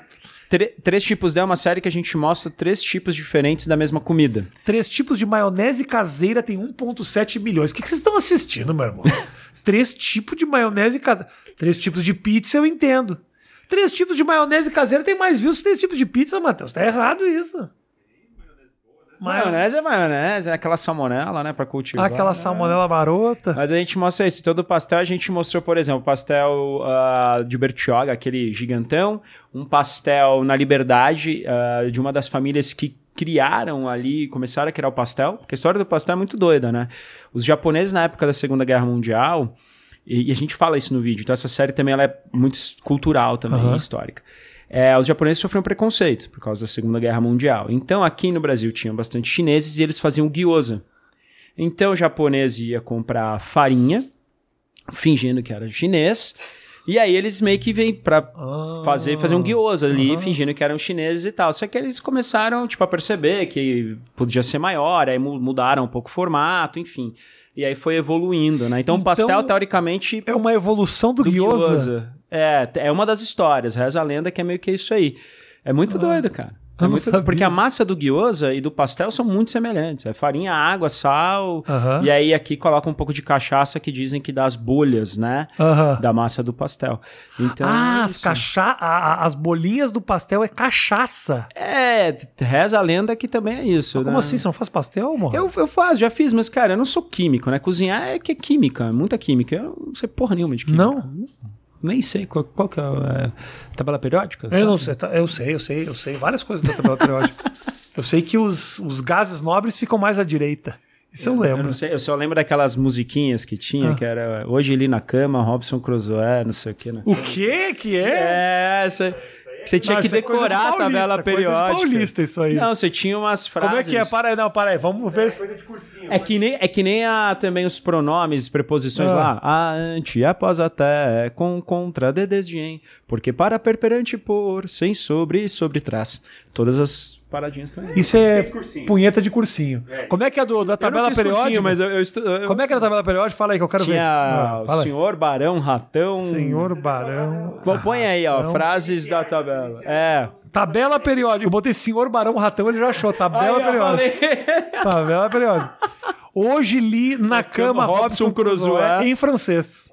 Speaker 2: tre- Três Tipos de é uma série que a gente mostra três tipos diferentes da mesma comida.
Speaker 1: Três tipos de maionese caseira tem 1,7 milhões. O que, que vocês estão assistindo, meu irmão? Três tipos de maionese caseira. Três tipos de pizza, eu entendo. Três tipos de maionese caseira tem mais views que três tipos de pizza, Matheus. Tá errado isso. Maionese.
Speaker 2: Maionese é maionese, é aquela salmonela, né, pra cultivar.
Speaker 1: Aquela salmonela marota.
Speaker 2: Mas a gente mostra isso. Todo pastel a gente mostrou, por exemplo, pastel ah, de Bertioga, aquele gigantão, um pastel na Liberdade, ah, de uma das famílias que criaram ali, começaram a criar o pastel, porque a história do pastel é muito doida, né? Os japoneses na época da Segunda Guerra Mundial, e, e a gente fala isso no vídeo, então essa série também ela é muito s- cultural também,
Speaker 1: Aham.
Speaker 2: histórica. É, os japoneses sofriam preconceito por causa da Segunda Guerra Mundial. Então aqui no Brasil tinha bastante chineses e eles faziam gyoza. Então o japonês ia comprar farinha, fingindo que era chinês. E aí eles meio que vêm pra
Speaker 1: Ah.
Speaker 2: fazer, fazer um gyoza ali,
Speaker 1: Aham.
Speaker 2: fingindo que eram chineses e tal. Só que eles começaram, tipo, a perceber que podia ser maior, aí mu- mudaram um pouco o formato, enfim. E aí foi evoluindo, né? Então, o
Speaker 1: Então,
Speaker 2: pastel, teoricamente,
Speaker 1: É uma evolução do,
Speaker 2: do
Speaker 1: gyoza.
Speaker 2: gyoza. É, t- é uma das histórias. Reza a lenda que é meio que isso aí. É muito doido, cara.
Speaker 1: Ah.
Speaker 2: É
Speaker 1: eu não
Speaker 2: muito doido,
Speaker 1: sabia.
Speaker 2: porque a massa do gyoza e do pastel são muito semelhantes. É farinha, água, sal...
Speaker 1: Aham.
Speaker 2: E aí aqui coloca um pouco de cachaça que dizem que dá as bolhas, né?
Speaker 1: Aham.
Speaker 2: Da massa do pastel. Então,
Speaker 1: ah,
Speaker 2: é
Speaker 1: as,
Speaker 2: isso.
Speaker 1: cacha... a- a- as bolinhas do pastel é cachaça.
Speaker 2: É, reza a lenda que também é isso.
Speaker 1: Como
Speaker 2: né?
Speaker 1: assim? Você não faz pastel, mano?
Speaker 2: Eu, eu faço, já fiz, mas, cara, eu não sou químico, né? Cozinhar é que é química, é muita química. Eu não sei porra nenhuma de química.
Speaker 1: Não?
Speaker 2: Nem sei qual, qual que é a tabela periódica.
Speaker 1: Eu
Speaker 2: sabe?
Speaker 1: não sei, tá, eu sei, eu sei, eu sei várias coisas da tabela periódica. eu sei que os, os gases nobres ficam mais à direita. Isso eu,
Speaker 2: É, Eu
Speaker 1: lembro.
Speaker 2: não sei, eu só lembro daquelas musiquinhas que tinha,
Speaker 1: Ah.
Speaker 2: que era Hoje Li na Cama, Robson Crusoe, não sei o que, né?
Speaker 1: O que que é?
Speaker 2: É, essa, você tinha
Speaker 1: Não,
Speaker 2: que
Speaker 1: isso é coisa de
Speaker 2: decorar a
Speaker 1: paulista,
Speaker 2: tabela
Speaker 1: coisa de
Speaker 2: periódica.
Speaker 1: paulista isso aí.
Speaker 2: Não, você tinha umas frases.
Speaker 1: Como é que é? Para aí, não, para aí. Vamos ver se...
Speaker 2: É que nem, é que nem a, também os pronomes, preposições
Speaker 1: Ah.
Speaker 2: lá. A, ante, após, até, com, contra, de, desde, em. Porque para, per, perante, por, sem, sobre e sobre, trás. Todas as paradinhas também.
Speaker 1: Isso é
Speaker 3: cursinho.
Speaker 1: punheta de cursinho. Como é que é do, da tabela periódica?
Speaker 2: mas eu, eu, estu- eu-
Speaker 1: Como é que era a tabela periódica? Fala aí que eu quero ver.
Speaker 2: tinha
Speaker 1: Ah,
Speaker 2: o
Speaker 1: fala aí.
Speaker 2: senhor Barão Ratão.
Speaker 1: Senhor Barão.
Speaker 2: Pô, Põe aí, ó,
Speaker 1: Ratão.
Speaker 2: frases da tabela. É.
Speaker 1: Tabela periódica. Eu botei senhor Barão Ratão, ele já achou. Tabela
Speaker 2: Aí, ó,
Speaker 1: periódica.
Speaker 2: falei.
Speaker 1: Tabela periódica. Hoje li na cama Robson, Crusoe, em francês.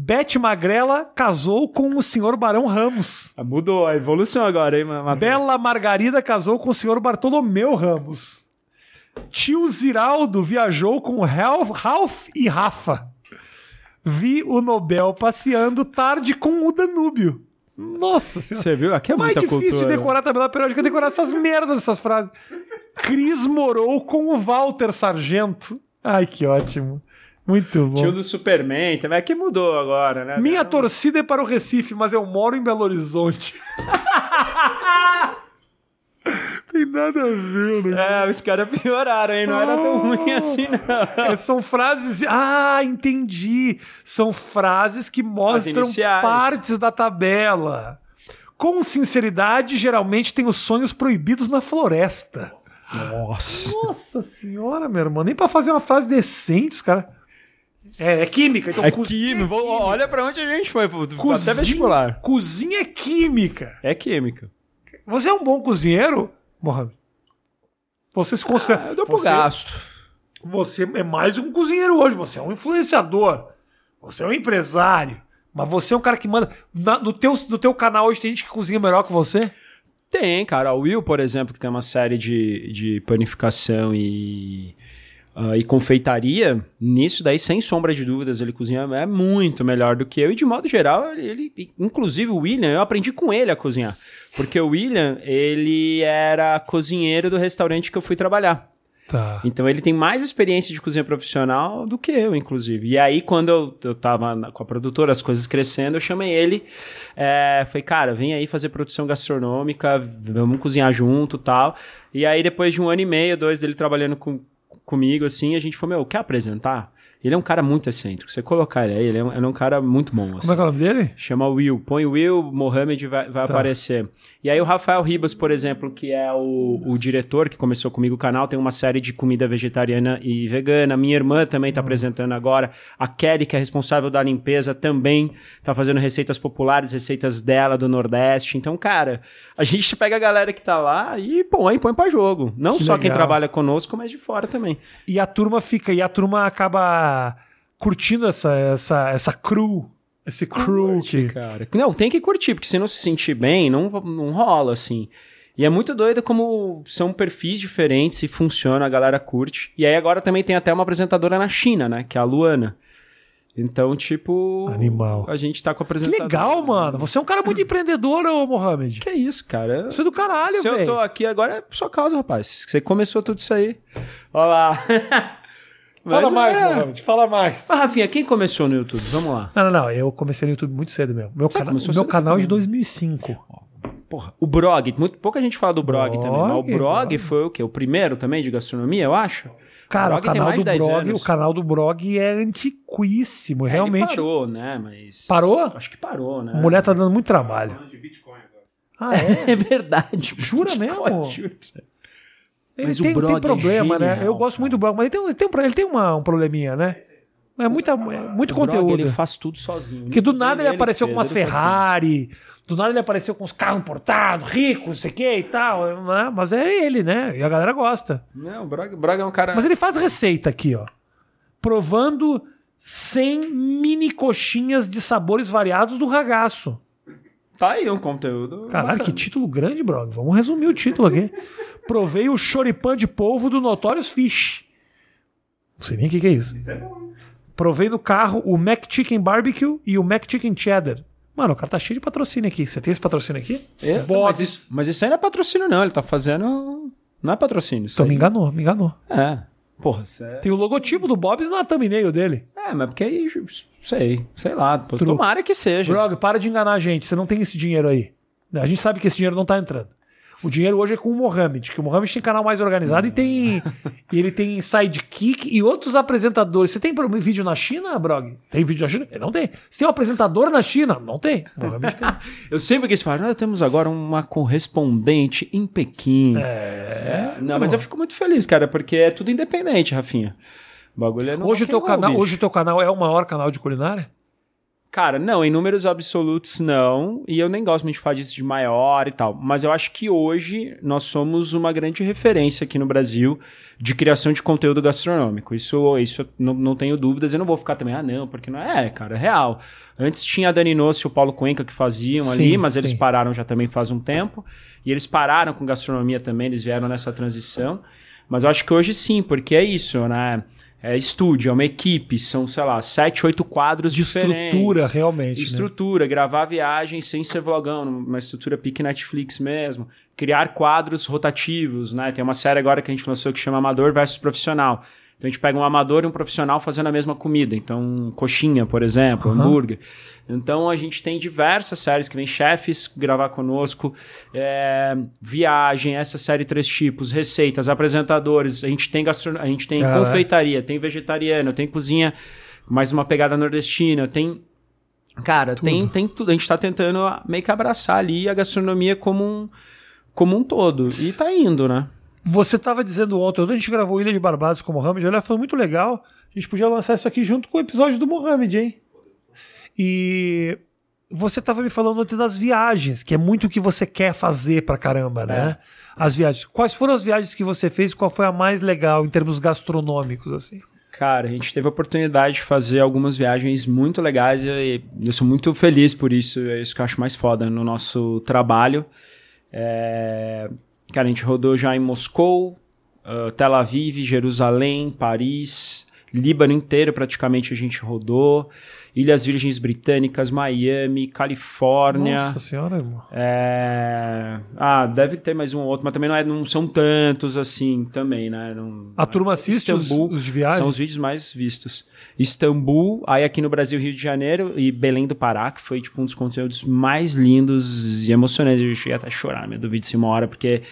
Speaker 1: Beth Magrela casou com o senhor Barão Ramos.
Speaker 2: Ah, Mudou a evolução agora, hein, Matheus?
Speaker 1: Bela Margarida casou com o senhor Bartolomeu Ramos. Tio Ziraldo viajou com Ralph, Ralph e Rafa. Vi o Nobel passeando tarde com o Danúbio. Nossa senhora.
Speaker 2: Você viu? Aqui é
Speaker 1: mais
Speaker 2: muita
Speaker 1: difícil
Speaker 2: cultura.
Speaker 1: de decorar a tabela periódica é decorar essas merdas, essas frases. Cris morou com o Walter Sargento. Ai, que ótimo. Muito bom.
Speaker 2: Tio do Superman também. Aqui mudou agora, né?
Speaker 1: Minha
Speaker 2: Não-
Speaker 1: torcida é para o Recife, mas eu moro em Belo Horizonte. Tem nada a ver, né?
Speaker 2: É, os caras pioraram, hein? Não era tão ruim assim, não.
Speaker 1: É, são frases. Ah, entendi. São frases que mostram
Speaker 2: iniciais.
Speaker 1: partes da tabela. Com sinceridade, geralmente tenho sonhos proibidos na floresta.
Speaker 2: Nossa.
Speaker 1: Nossa senhora, meu irmão. Nem pra fazer uma frase decente, os cara. É, é química, então
Speaker 2: É
Speaker 1: cozinha
Speaker 2: química. Olha pra onde a gente foi. pô.
Speaker 1: Cozinha,
Speaker 2: Até vestibular.
Speaker 1: Cozinha é química.
Speaker 2: É química.
Speaker 1: Você é um bom cozinheiro, Mohamed? Você se considera.
Speaker 2: Ah, Eu dou pro
Speaker 1: Tá, você,
Speaker 2: gasto.
Speaker 1: você é mais um cozinheiro hoje. Você é um influenciador. Você é um empresário. Mas você é um cara que manda. Na- no, teu, no teu canal hoje tem gente que cozinha melhor que você?
Speaker 2: Tem, cara. A Will, por exemplo, que tem uma série de, de panificação e, ah, e confeitaria, nisso daí, sem sombra de dúvidas, ele cozinha é muito melhor do que eu. E de modo geral, ele, ele- inclusive o William, eu aprendi com ele a cozinhar. Porque o William, ele era cozinheiro do restaurante que eu fui trabalhar.
Speaker 1: Tá.
Speaker 2: Então ele tem mais experiência de cozinha profissional do que eu, inclusive. E aí, quando eu, eu tava na- com a produtora, as coisas crescendo, eu chamei ele. É, falei, cara, vem aí fazer produção gastronômica, vamos cozinhar junto e tal. E aí, depois de um ano e meio, dois dele trabalhando com, comigo, assim, a gente falou, meu, quer apresentar? Ele é um cara muito excêntrico. Você colocar ele aí, ele é um, ele é um cara muito bom. assim.
Speaker 1: Como é que é o nome dele?
Speaker 2: Chama Will. Põe Will, Mohamed vai,
Speaker 1: Tá.
Speaker 2: vai aparecer. E aí o Rafael Ribas, por exemplo, que é o, o diretor que começou comigo o canal, tem uma série de comida vegetariana e vegana. Minha irmã
Speaker 1: Hum.
Speaker 2: também está apresentando agora. A Kelly, que é responsável da limpeza, também está fazendo receitas populares, receitas dela do Nordeste. Então, cara, a gente pega a galera que tá lá e põe, põe para jogo. Não
Speaker 1: Que
Speaker 2: só quem
Speaker 1: legal.
Speaker 2: trabalha conosco, mas de fora também.
Speaker 1: E a turma fica, e a turma acaba curtindo essa, essa, essa crew, esse crew que...
Speaker 2: cara. Não, tem que curtir, porque se não se sentir bem, não, não rola, assim. E é muito doido como são perfis diferentes e funciona, a galera curte. E aí agora também tem até uma apresentadora na China, né? Que é a Luana. Então, tipo.
Speaker 1: Animal.
Speaker 2: A gente tá com a
Speaker 1: Que
Speaker 2: apresentadora.
Speaker 1: legal, mano. Você é um cara muito empreendedor, ô Mohamed.
Speaker 2: Que é isso, cara?
Speaker 1: Isso é do caralho,
Speaker 2: se eu tô
Speaker 1: velho.
Speaker 2: aqui agora é por sua causa, rapaz. Você começou tudo isso aí. Olha lá.
Speaker 3: Fala
Speaker 2: Mas
Speaker 3: mais,
Speaker 2: é.
Speaker 3: Mohamed, fala mais.
Speaker 2: Ah, Rafinha, quem começou no YouTube? Vamos lá.
Speaker 1: Não, não, não. Eu comecei no YouTube muito cedo mesmo. Meu,
Speaker 2: Você
Speaker 1: cana...
Speaker 2: começou
Speaker 1: meu
Speaker 2: cedo
Speaker 1: canal é de
Speaker 2: também.
Speaker 1: 2005.
Speaker 2: Porra, o Brog, muito pouca gente fala do Brog,
Speaker 1: Brog,
Speaker 2: também, mas o Brog
Speaker 1: Brog.
Speaker 2: foi o quê? O primeiro também de gastronomia, eu acho?
Speaker 1: Cara,
Speaker 2: Brog
Speaker 1: o
Speaker 2: tem
Speaker 1: canal
Speaker 2: mais
Speaker 1: do
Speaker 2: de 10
Speaker 1: Brog,
Speaker 2: anos.
Speaker 1: o canal do Brog é antiquíssimo.
Speaker 2: É,
Speaker 1: realmente,
Speaker 2: Ele parou, né? Mas.
Speaker 1: Parou?
Speaker 2: Acho que parou, né?
Speaker 1: a mulher tá dando muito trabalho.
Speaker 3: de Bitcoin
Speaker 1: Ah,
Speaker 3: agora.
Speaker 1: é?
Speaker 2: É verdade.
Speaker 1: Jura mesmo?
Speaker 2: Juro pra você.
Speaker 1: Ele
Speaker 2: Mas o
Speaker 1: tem, tem
Speaker 2: Brog é
Speaker 1: problema, né?
Speaker 2: genial,
Speaker 1: Eu gosto muito do Brog, mas ele tem, ele tem, um pro- ele tem uma- um probleminha, né? É, muita, é muito
Speaker 2: O
Speaker 1: conteúdo.
Speaker 2: Brog, ele faz tudo sozinho.
Speaker 1: Porque do nada ele
Speaker 2: que
Speaker 1: apareceu com
Speaker 2: fez,
Speaker 1: umas
Speaker 2: ele faz
Speaker 1: Ferrari, do nada ele apareceu com uns carros importados, ricos, não sei o que e tal. né? Mas é ele, né? E a galera gosta.
Speaker 2: tudo. Não, o Brog, o Brog é um cara.
Speaker 1: Mas ele faz receita aqui, ó. Provando 100 mini coxinhas de sabores variados do ragaço.
Speaker 2: Tá aí um conteúdo.
Speaker 1: Caralho,
Speaker 2: bacana.
Speaker 1: que título grande, brother. Vamos resumir o título aqui. Provei o choripã de polvo do Notorious Fish. Não sei nem o que, que é isso.
Speaker 3: Isso é bom.
Speaker 1: Provei no carro o Mac Chicken Barbecue e o Mac Chicken Cheddar. Mano, o cara tá cheio de patrocínio aqui. Você tem esse patrocínio aqui?
Speaker 2: É,
Speaker 3: Bob's.
Speaker 2: mas, isso, mas isso aí não é patrocínio, não. Ele tá fazendo. Não é patrocínio. Isso
Speaker 1: Então me
Speaker 2: aí.
Speaker 1: enganou, me enganou.
Speaker 2: É. Porra, isso é.
Speaker 1: Tem o logotipo do Bob's na thumbnail dele.
Speaker 2: É, mas porque aí. Sei, sei lá. pô,
Speaker 1: Truco.
Speaker 2: Tomara que seja.
Speaker 1: Brog, para de enganar a gente. Você não tem esse dinheiro aí. A gente sabe que esse dinheiro não tá entrando. O dinheiro hoje é com o Mohamed, que o Mohamed tem canal mais organizado e tem. e ele tem sidekick e outros apresentadores. Você tem pro- vídeo na China, Brog? Tem vídeo na China? Ele Não tem. Você tem um apresentador na China? Não tem. O Mohamed tem.
Speaker 2: Eu sempre quis falar, nós temos agora uma correspondente em Pequim.
Speaker 1: É.
Speaker 2: Não, mas eu fico muito feliz, cara, porque é tudo independente, Rafinha. O bagulho é no
Speaker 1: Hoje o,
Speaker 2: rock
Speaker 1: teu
Speaker 2: and roll,
Speaker 1: canal,
Speaker 2: bicho.
Speaker 1: hoje o teu canal é o maior canal de culinária?
Speaker 2: Cara, não, em números absolutos não, e eu nem gosto muito de falar disso de maior e tal, mas eu acho que hoje nós somos uma grande referência aqui no Brasil de criação de conteúdo gastronômico. Isso, isso eu não, não tenho dúvidas, eu não vou ficar também, ah não, porque não é, cara, é real. Antes tinha a Dani Nosso e o Paulo Cuenca que faziam
Speaker 1: Sim,
Speaker 2: ali, mas eles
Speaker 1: sim.
Speaker 2: pararam já também faz um tempo, e eles pararam com gastronomia também, eles vieram nessa transição, mas eu acho que hoje sim, porque é isso, né? É estúdio, é uma equipe, são, sei lá, sete, oito quadros
Speaker 1: De
Speaker 2: diferentes.
Speaker 1: estrutura, realmente. né?
Speaker 2: Estrutura, gravar viagem sem ser vlogão, uma estrutura pique Netflix mesmo. Criar quadros rotativos, né? Tem uma série agora que a gente lançou que chama Amador versus Profissional. Então a gente pega um amador e um profissional fazendo a mesma comida. Então, coxinha, por exemplo, um
Speaker 1: Aham.
Speaker 2: hambúrguer. Então a gente tem diversas séries que vem chefes gravar conosco, é, viagem, essa série três tipos, receitas, apresentadores. A gente tem gastron... a gente tem
Speaker 1: Caralho.
Speaker 2: confeitaria, tem vegetariana, tem cozinha, mais uma pegada nordestina, tem Cara, tem, tem tudo. A gente tá tentando meio que abraçar ali a gastronomia como um, como um todo. E tá indo, né?
Speaker 1: Você estava dizendo ontem, quando a gente gravou Ilha de Barbados com o Mohamed, olha, foi muito legal. A gente podia lançar isso aqui junto com o episódio do Mohamed, hein? E você estava me falando ontem das viagens, que é muito o que você quer fazer pra caramba,
Speaker 2: É.
Speaker 1: né? As viagens. Quais foram as viagens que você fez e qual foi a mais legal em termos gastronômicos, assim?
Speaker 2: Cara, a gente teve a oportunidade de fazer algumas viagens muito legais e eu sou muito feliz por isso. É isso que eu acho mais foda no nosso trabalho. É, Cara, a gente rodou já em Moscou, ah, Tel Aviv, Jerusalém, Paris, Líbano inteiro praticamente a gente rodou, Ilhas Virgens Britânicas, Miami, Califórnia.
Speaker 1: Nossa senhora, irmão.
Speaker 2: É... Ah, deve ter mais um ou outro, mas também não, é- não são tantos assim também, né? Não-
Speaker 1: A turma assiste os,
Speaker 2: Istambul
Speaker 1: os de viagem?
Speaker 2: São os vídeos mais vistos. Istambul, aí aqui no Brasil, Rio de Janeiro e Belém do Pará, que foi tipo um dos conteúdos mais lindos e emocionantes. Eu cheguei até a chorar no meio do vídeo, se uma hora, porque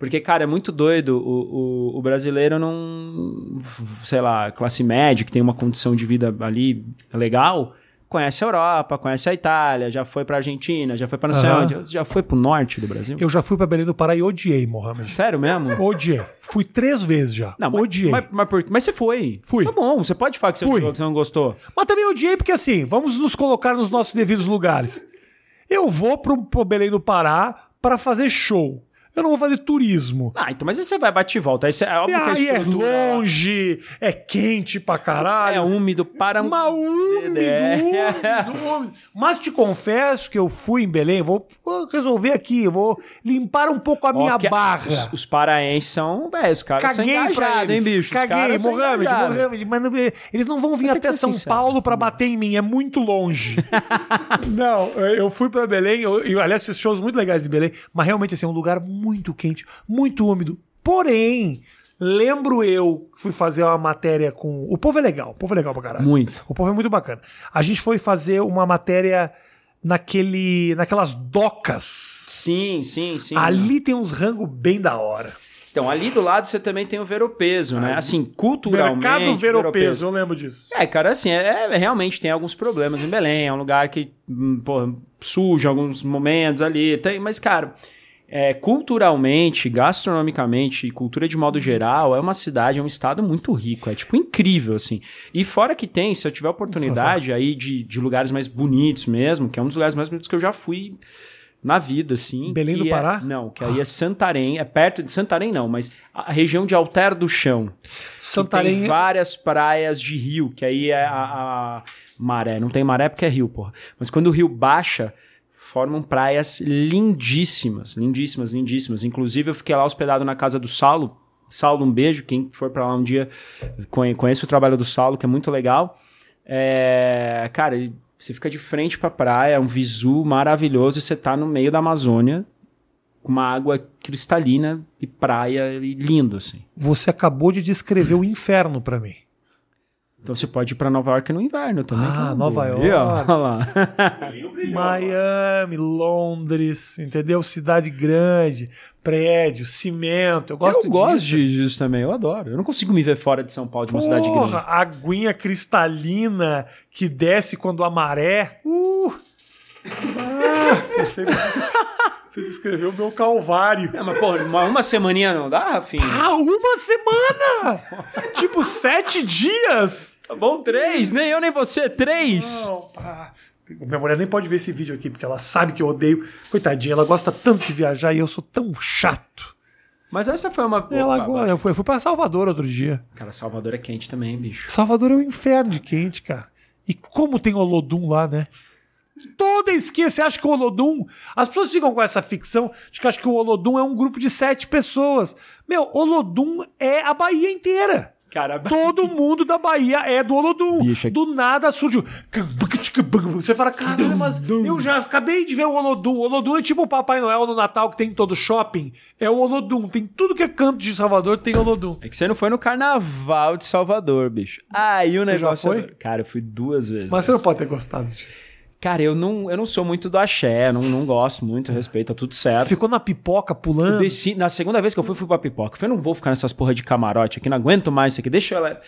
Speaker 2: Porque, cara, é muito doido. O, o, o brasileiro não. Sei lá, classe média, que tem uma condição de vida ali legal, conhece a Europa, conhece a Itália, já foi pra Argentina, já foi pra não sei
Speaker 1: Aham.
Speaker 2: onde, já foi pro norte do Brasil.
Speaker 1: Eu já fui pra Belém do Pará e odiei, Mohamed.
Speaker 2: Sério mesmo?
Speaker 1: Odiei. Fui três vezes já.
Speaker 2: Não, mas,
Speaker 1: odiei.
Speaker 2: Mas, mas, por- mas você foi.
Speaker 1: Fui.
Speaker 2: Tá bom, você pode falar que você
Speaker 1: Fui.
Speaker 2: odiou, que você não gostou.
Speaker 1: Mas também odiei porque, assim, vamos nos colocar nos nossos devidos lugares. Eu vou pro, pro Belém do Pará pra fazer show. Eu não vou fazer turismo.
Speaker 2: Ah, então, mas aí você vai bate e volta. Aí você, é
Speaker 1: E
Speaker 2: óbvio que a
Speaker 1: aí é
Speaker 2: estrutura
Speaker 1: longe, é quente pra
Speaker 2: é
Speaker 1: caralho.
Speaker 2: úmido para... um É.
Speaker 1: Mas úmido, úmido, úmido. Mas te confesso que eu fui em Belém, vou vou resolver aqui, vou limpar um pouco a minha
Speaker 2: Ó, que a-
Speaker 1: barra.
Speaker 2: Os, os paraenses são... É, os caras são
Speaker 1: Caguei pra
Speaker 2: engajados,
Speaker 1: eles.
Speaker 2: hein, bicho? Os
Speaker 1: Caguei,
Speaker 2: caras são
Speaker 1: Mohamed,
Speaker 2: engajados.
Speaker 1: Mohamed, mas não- eles não vão vir
Speaker 2: Você tem
Speaker 1: até
Speaker 2: que ser
Speaker 1: São
Speaker 2: sincero.
Speaker 1: Paulo pra bater em mim, é muito longe. não, eu fui pra Belém, eu, eu, aliás, fiz shows muito legais em Belém, mas realmente assim, é um lugar muito quente, muito úmido. Porém, lembro eu que fui fazer uma matéria com. O povo é legal, o povo é legal pra caralho.
Speaker 2: Muito.
Speaker 1: O povo é muito bacana. A gente foi fazer uma matéria naquele, naquelas docas.
Speaker 2: Sim, sim, sim.
Speaker 1: Ali tem uns rango bem da hora.
Speaker 2: Então, ali do lado você também tem o Veropeso, né? Assim, culturalmente...
Speaker 1: Mercado Veropeso, eu lembro disso.
Speaker 2: É, cara, assim, é, é- realmente tem alguns problemas em Belém, é um lugar que, hum, pô, suja em alguns momentos ali, tem, mas, cara, é, culturalmente, gastronomicamente e cultura de modo geral, é uma cidade, é um estado muito rico, é, tipo, incrível, assim. E fora que tem, se eu tiver oportunidade aí de, de lugares mais bonitos mesmo, que é um dos lugares mais bonitos que eu já fui na vida, assim.
Speaker 1: Belém
Speaker 2: que
Speaker 1: do
Speaker 2: é-
Speaker 1: Pará? Ah.
Speaker 2: não, que aí é Santarém, é perto de Santarém não, mas a região de Alter do Chão. Santarém.
Speaker 1: Santarém. é-
Speaker 2: Tem várias praias de rio, que aí é a, a maré. Não tem maré porque é rio, porra. Mas quando o rio baixa, formam praias lindíssimas, lindíssimas, lindíssimas. Inclusive, eu fiquei lá hospedado na casa do Saulo. Saulo, um beijo. Quem for pra lá um dia conhe- conhece o trabalho do Saulo, que é muito legal. É, cara, ele- você fica de frente pra praia, é um visu maravilhoso e você tá no meio da Amazônia. Com uma água cristalina e praia e lindo, assim.
Speaker 1: Você acabou de descrever o inferno pra mim.
Speaker 2: Então você pode ir pra Nova York no inverno também.
Speaker 1: Ah,
Speaker 2: que é uma
Speaker 1: Nova
Speaker 2: boa.
Speaker 1: York.
Speaker 2: E, ó, olha lá.
Speaker 1: Miami, Londres, entendeu? Cidade grande, prédio, cimento. Eu gosto
Speaker 2: eu gosto
Speaker 1: disso.
Speaker 2: de- disso também, eu adoro. Eu não consigo me ver fora de São Paulo, de uma cidade
Speaker 1: Porra,
Speaker 2: grande.
Speaker 1: aguinha cristalina que desce quando a maré. Uh! Ah, você, você descreveu o meu calvário.
Speaker 2: É, mas, porra, uma, uma semaninha não dá, Rafinha?
Speaker 1: Ah, uma semana! tipo, sete dias!
Speaker 2: Tá bom, três, nem eu nem você, três.
Speaker 1: Não, pá. Minha mulher nem pode ver esse vídeo aqui, porque ela sabe que eu odeio. Coitadinha, ela gosta tanto de viajar e eu sou tão chato.
Speaker 2: Mas essa foi uma.
Speaker 1: Ela
Speaker 2: Opa,
Speaker 1: agora, eu fui, eu fui pra Salvador outro dia.
Speaker 2: Cara, Salvador é quente também, bicho.
Speaker 1: Salvador é um inferno de quente, cara. E como tem Olodum lá, né? Toda esquina, você acha que o Olodum. As pessoas ficam com essa ficção de que acham que o Olodum é um grupo de sete pessoas. Meu, Olodum é a Bahia inteira.
Speaker 2: Cara,
Speaker 1: Todo mundo da Bahia é do Olodum.
Speaker 2: Bicho, é-
Speaker 1: Do nada surgiu. Você fala, caralho, mas eu já acabei de ver o Olodum. O Olodum é tipo o Papai Noel no Natal que tem em todo shopping. É o Olodum. Tem tudo que é canto de Salvador, tem Olodum.
Speaker 2: é que você não foi no carnaval de Salvador, bicho. Aí o
Speaker 1: Você já
Speaker 2: negócio. é
Speaker 1: foi?
Speaker 2: Cara, eu fui duas vezes.
Speaker 1: Mas você não pode ter gostado disso.
Speaker 2: Cara, eu não, eu não sou muito do axé, não, não gosto muito, respeito, tá tudo certo.
Speaker 1: Você ficou na pipoca
Speaker 2: Eu
Speaker 1: pulando.
Speaker 2: desci- na segunda vez que eu fui, fui pra pipoca. Eu falei, não vou ficar nessas porra de camarote aqui, não aguento mais isso aqui. Deixa ela.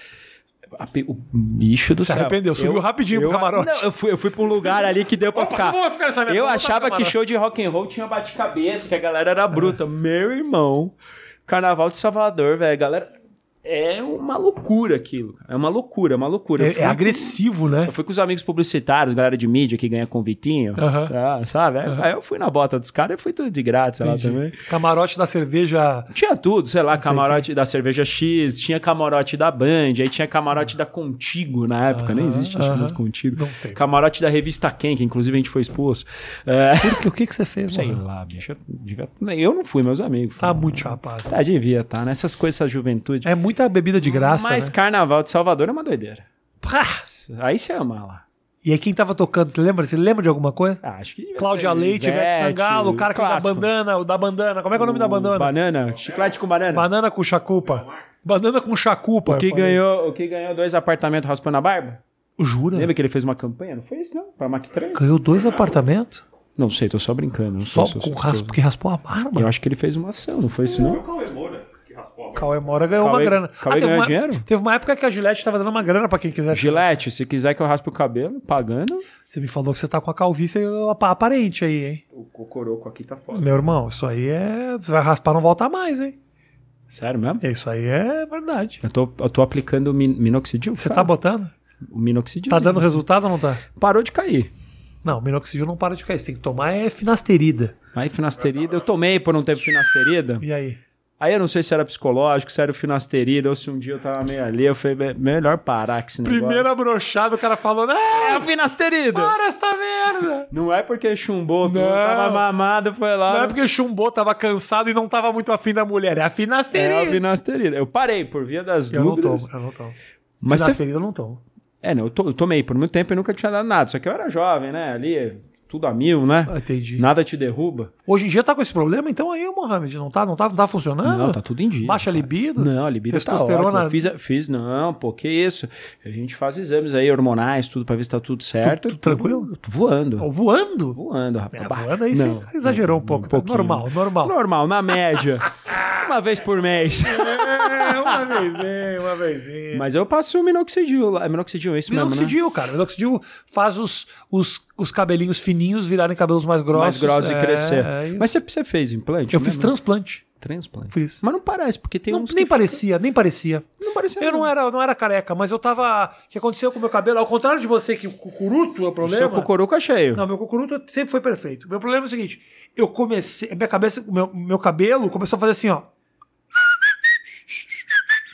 Speaker 2: a pi- o bicho do
Speaker 1: Se
Speaker 2: céu.
Speaker 1: arrependeu, subiu rapidinho pro
Speaker 2: eu-
Speaker 1: camarote.
Speaker 2: Não, eu fui, eu fui pra um lugar ali que deu pra
Speaker 1: Opa,
Speaker 2: ficar.
Speaker 1: não vou ficar nessa merda,
Speaker 2: eu
Speaker 1: vou voltar
Speaker 2: achava
Speaker 1: pro
Speaker 2: que
Speaker 1: camarote.
Speaker 2: show de rock and roll tinha bate-cabeça, que a galera era bruta. Meu irmão, Carnaval de Salvador, velho, galera... É uma loucura aquilo, cara. É uma loucura, é uma loucura. Eu
Speaker 1: É,
Speaker 2: fui-
Speaker 1: é agressivo, né?
Speaker 2: eu fui com os amigos publicitários, galera de mídia que ganha convitinho.
Speaker 1: Aham.
Speaker 2: tá, sabe? Aí- Aí eu fui na bota dos caras e fui tudo de grátis lá
Speaker 1: Entendi.
Speaker 2: também.
Speaker 1: Camarote da cerveja.
Speaker 2: Tinha tudo, sei lá,
Speaker 1: sei
Speaker 2: camarote da cerveja X, tinha camarote da Band, aí tinha camarote da Contigo na época, nem existe acho que mais
Speaker 1: aham.
Speaker 2: Contigo.
Speaker 1: Não tem.
Speaker 2: Camarote da revista Quem, que inclusive a gente foi expulso. É,
Speaker 1: O que, que você fez,
Speaker 2: sei
Speaker 1: mano?
Speaker 2: lá, bicho. eu devia- Eu não fui, meus amigos.
Speaker 1: Tá muito chapado.
Speaker 2: Tá, devia, tá? Nessas coisas, essa juventude.
Speaker 1: É muita bebida de graça.
Speaker 2: Mas
Speaker 1: né?
Speaker 2: carnaval de Salvador é uma doideira.
Speaker 1: Pá!
Speaker 2: Aí você ama lá.
Speaker 1: E aí, quem tava tocando, você lembra? Você lembra de alguma coisa?
Speaker 2: Ah, acho que devia
Speaker 1: Cláudia
Speaker 2: ser
Speaker 1: Leite, Ivete Sangalo, o cara que dá
Speaker 2: clássico.
Speaker 1: bandana, o da bandana. Como é que é o nome da bandana?
Speaker 2: Banana, chiclete com banana.
Speaker 1: Banana com chacupa. Banana com chacupa.
Speaker 2: O que
Speaker 1: eu falei.
Speaker 2: ganhou, o que ganhou dois apartamentos raspando a barba?
Speaker 1: Jura?
Speaker 2: Lembra que ele fez uma campanha? Não foi isso, não? Pra Mac 3?
Speaker 1: Ganhou dois apartamentos?
Speaker 2: Não sei, tô só brincando. não
Speaker 1: Só
Speaker 2: sei se eu
Speaker 1: com
Speaker 2: sou-
Speaker 1: raspo, porque raspou a
Speaker 2: Eu
Speaker 1: barba.
Speaker 2: acho que ele fez uma ação, não foi isso não?
Speaker 1: Cauê Mora ganhou
Speaker 2: Cauê-
Speaker 1: uma grana. Ah,
Speaker 2: Cauê
Speaker 1: teve,
Speaker 2: ganhou
Speaker 1: uma,
Speaker 2: dinheiro?
Speaker 1: teve uma época que a Gillette tava dando uma grana pra quem quisesse.
Speaker 2: Gilete, se quiser que eu raspe o cabelo, pagando.
Speaker 1: Você me falou que você tá com a calvície ap- aparente aí, hein?
Speaker 2: O cocoroco aqui tá foda.
Speaker 1: Meu irmão, isso aí é. Você vai raspar, não volta mais, hein?
Speaker 2: Sério mesmo?
Speaker 1: Isso aí é verdade.
Speaker 2: Eu tô, eu tô aplicando min minoxidil.
Speaker 1: Você tá
Speaker 2: cara.
Speaker 1: botando?
Speaker 2: O minoxidil.
Speaker 1: Tá dando resultado ou não tá?
Speaker 2: Parou de cair.
Speaker 1: Não, minoxidil não para de cair. Você tem que tomar é finasterida.
Speaker 2: Aí finasterida, eu tomei por não ter finasterida.
Speaker 1: E aí?
Speaker 2: Aí eu não sei se era psicológico, se era finasterida, ou se um dia eu tava meio ali, eu falei, "Me- melhor parar que esse negócio.
Speaker 1: Primeira brochada, o cara falando.
Speaker 2: é
Speaker 1: Ah,
Speaker 2: a finasterida.
Speaker 1: para esta merda!
Speaker 2: Não é porque chumbou, tu
Speaker 1: Não.
Speaker 2: tava mamado, foi lá. né?
Speaker 1: Não é porque chumbou, tava cansado e não tava muito afim da mulher. É a
Speaker 2: É a
Speaker 1: finasterida.
Speaker 2: finasterida. Eu parei, por via das
Speaker 1: eu não
Speaker 2: dúvidas.
Speaker 1: tomo, eu não tomo.
Speaker 2: Mas você
Speaker 1: finasterida eu não tomo.
Speaker 2: É, não, eu, to- eu tomei por muito tempo e nunca tinha dado nada. Só que eu era jovem, né? Ali, tudo a mil, né?
Speaker 1: Ah, entendi.
Speaker 2: Nada te derruba.
Speaker 1: Hoje em dia tá com esse problema, então aí, Mohamed, não tá? Não tá, não tá funcionando?
Speaker 2: Não, tá tudo em dia.
Speaker 1: Baixa libido?
Speaker 2: Não, a libido
Speaker 1: Testosterona-
Speaker 2: tá ótima. Eu Fiz, a- fiz, não, pô, que isso. A gente faz exames aí, hormonais, tudo, pra ver se tá tudo certo.
Speaker 1: Tu- tu tranquilo?
Speaker 2: Tô voando.
Speaker 1: Ou voando?
Speaker 2: Voando, rapaz.
Speaker 1: É, voando aí você exagerou um pouco. tá?
Speaker 2: pouquinho.
Speaker 1: normal, normal.
Speaker 2: Normal, na média. uma vez por mês.
Speaker 1: É, uma vezinha, uma vezinha.
Speaker 2: Mas eu passo o minoxidil lá. É minoxidil, é isso mesmo, né?
Speaker 1: Minoxidil, cara. Minoxidil faz os, os, os cabelinhos fininhos virarem cabelos mais grossos.
Speaker 2: Mais grosso
Speaker 1: É,
Speaker 2: e crescer.
Speaker 1: é isso.
Speaker 2: Mas você, você fez implante?
Speaker 1: eu fiz
Speaker 2: mesmo?
Speaker 1: transplante.
Speaker 2: transplante.
Speaker 1: Fiz.
Speaker 2: Mas não parece, porque tem
Speaker 1: Não,
Speaker 2: uns
Speaker 1: nem
Speaker 2: que
Speaker 1: parecia, nem parecia.
Speaker 2: não parecia
Speaker 1: Eu não
Speaker 2: nada.
Speaker 1: era, eu não era careca, mas eu tava. O que aconteceu com o meu cabelo? Ao contrário de você, que o cucuruto é o
Speaker 2: O seu
Speaker 1: problema.
Speaker 2: cocoroco é cheio.
Speaker 1: Não, meu cucuruto sempre foi perfeito. Meu problema é o seguinte: eu comecei. Minha cabeça, meu, meu cabelo começou a fazer assim, ó.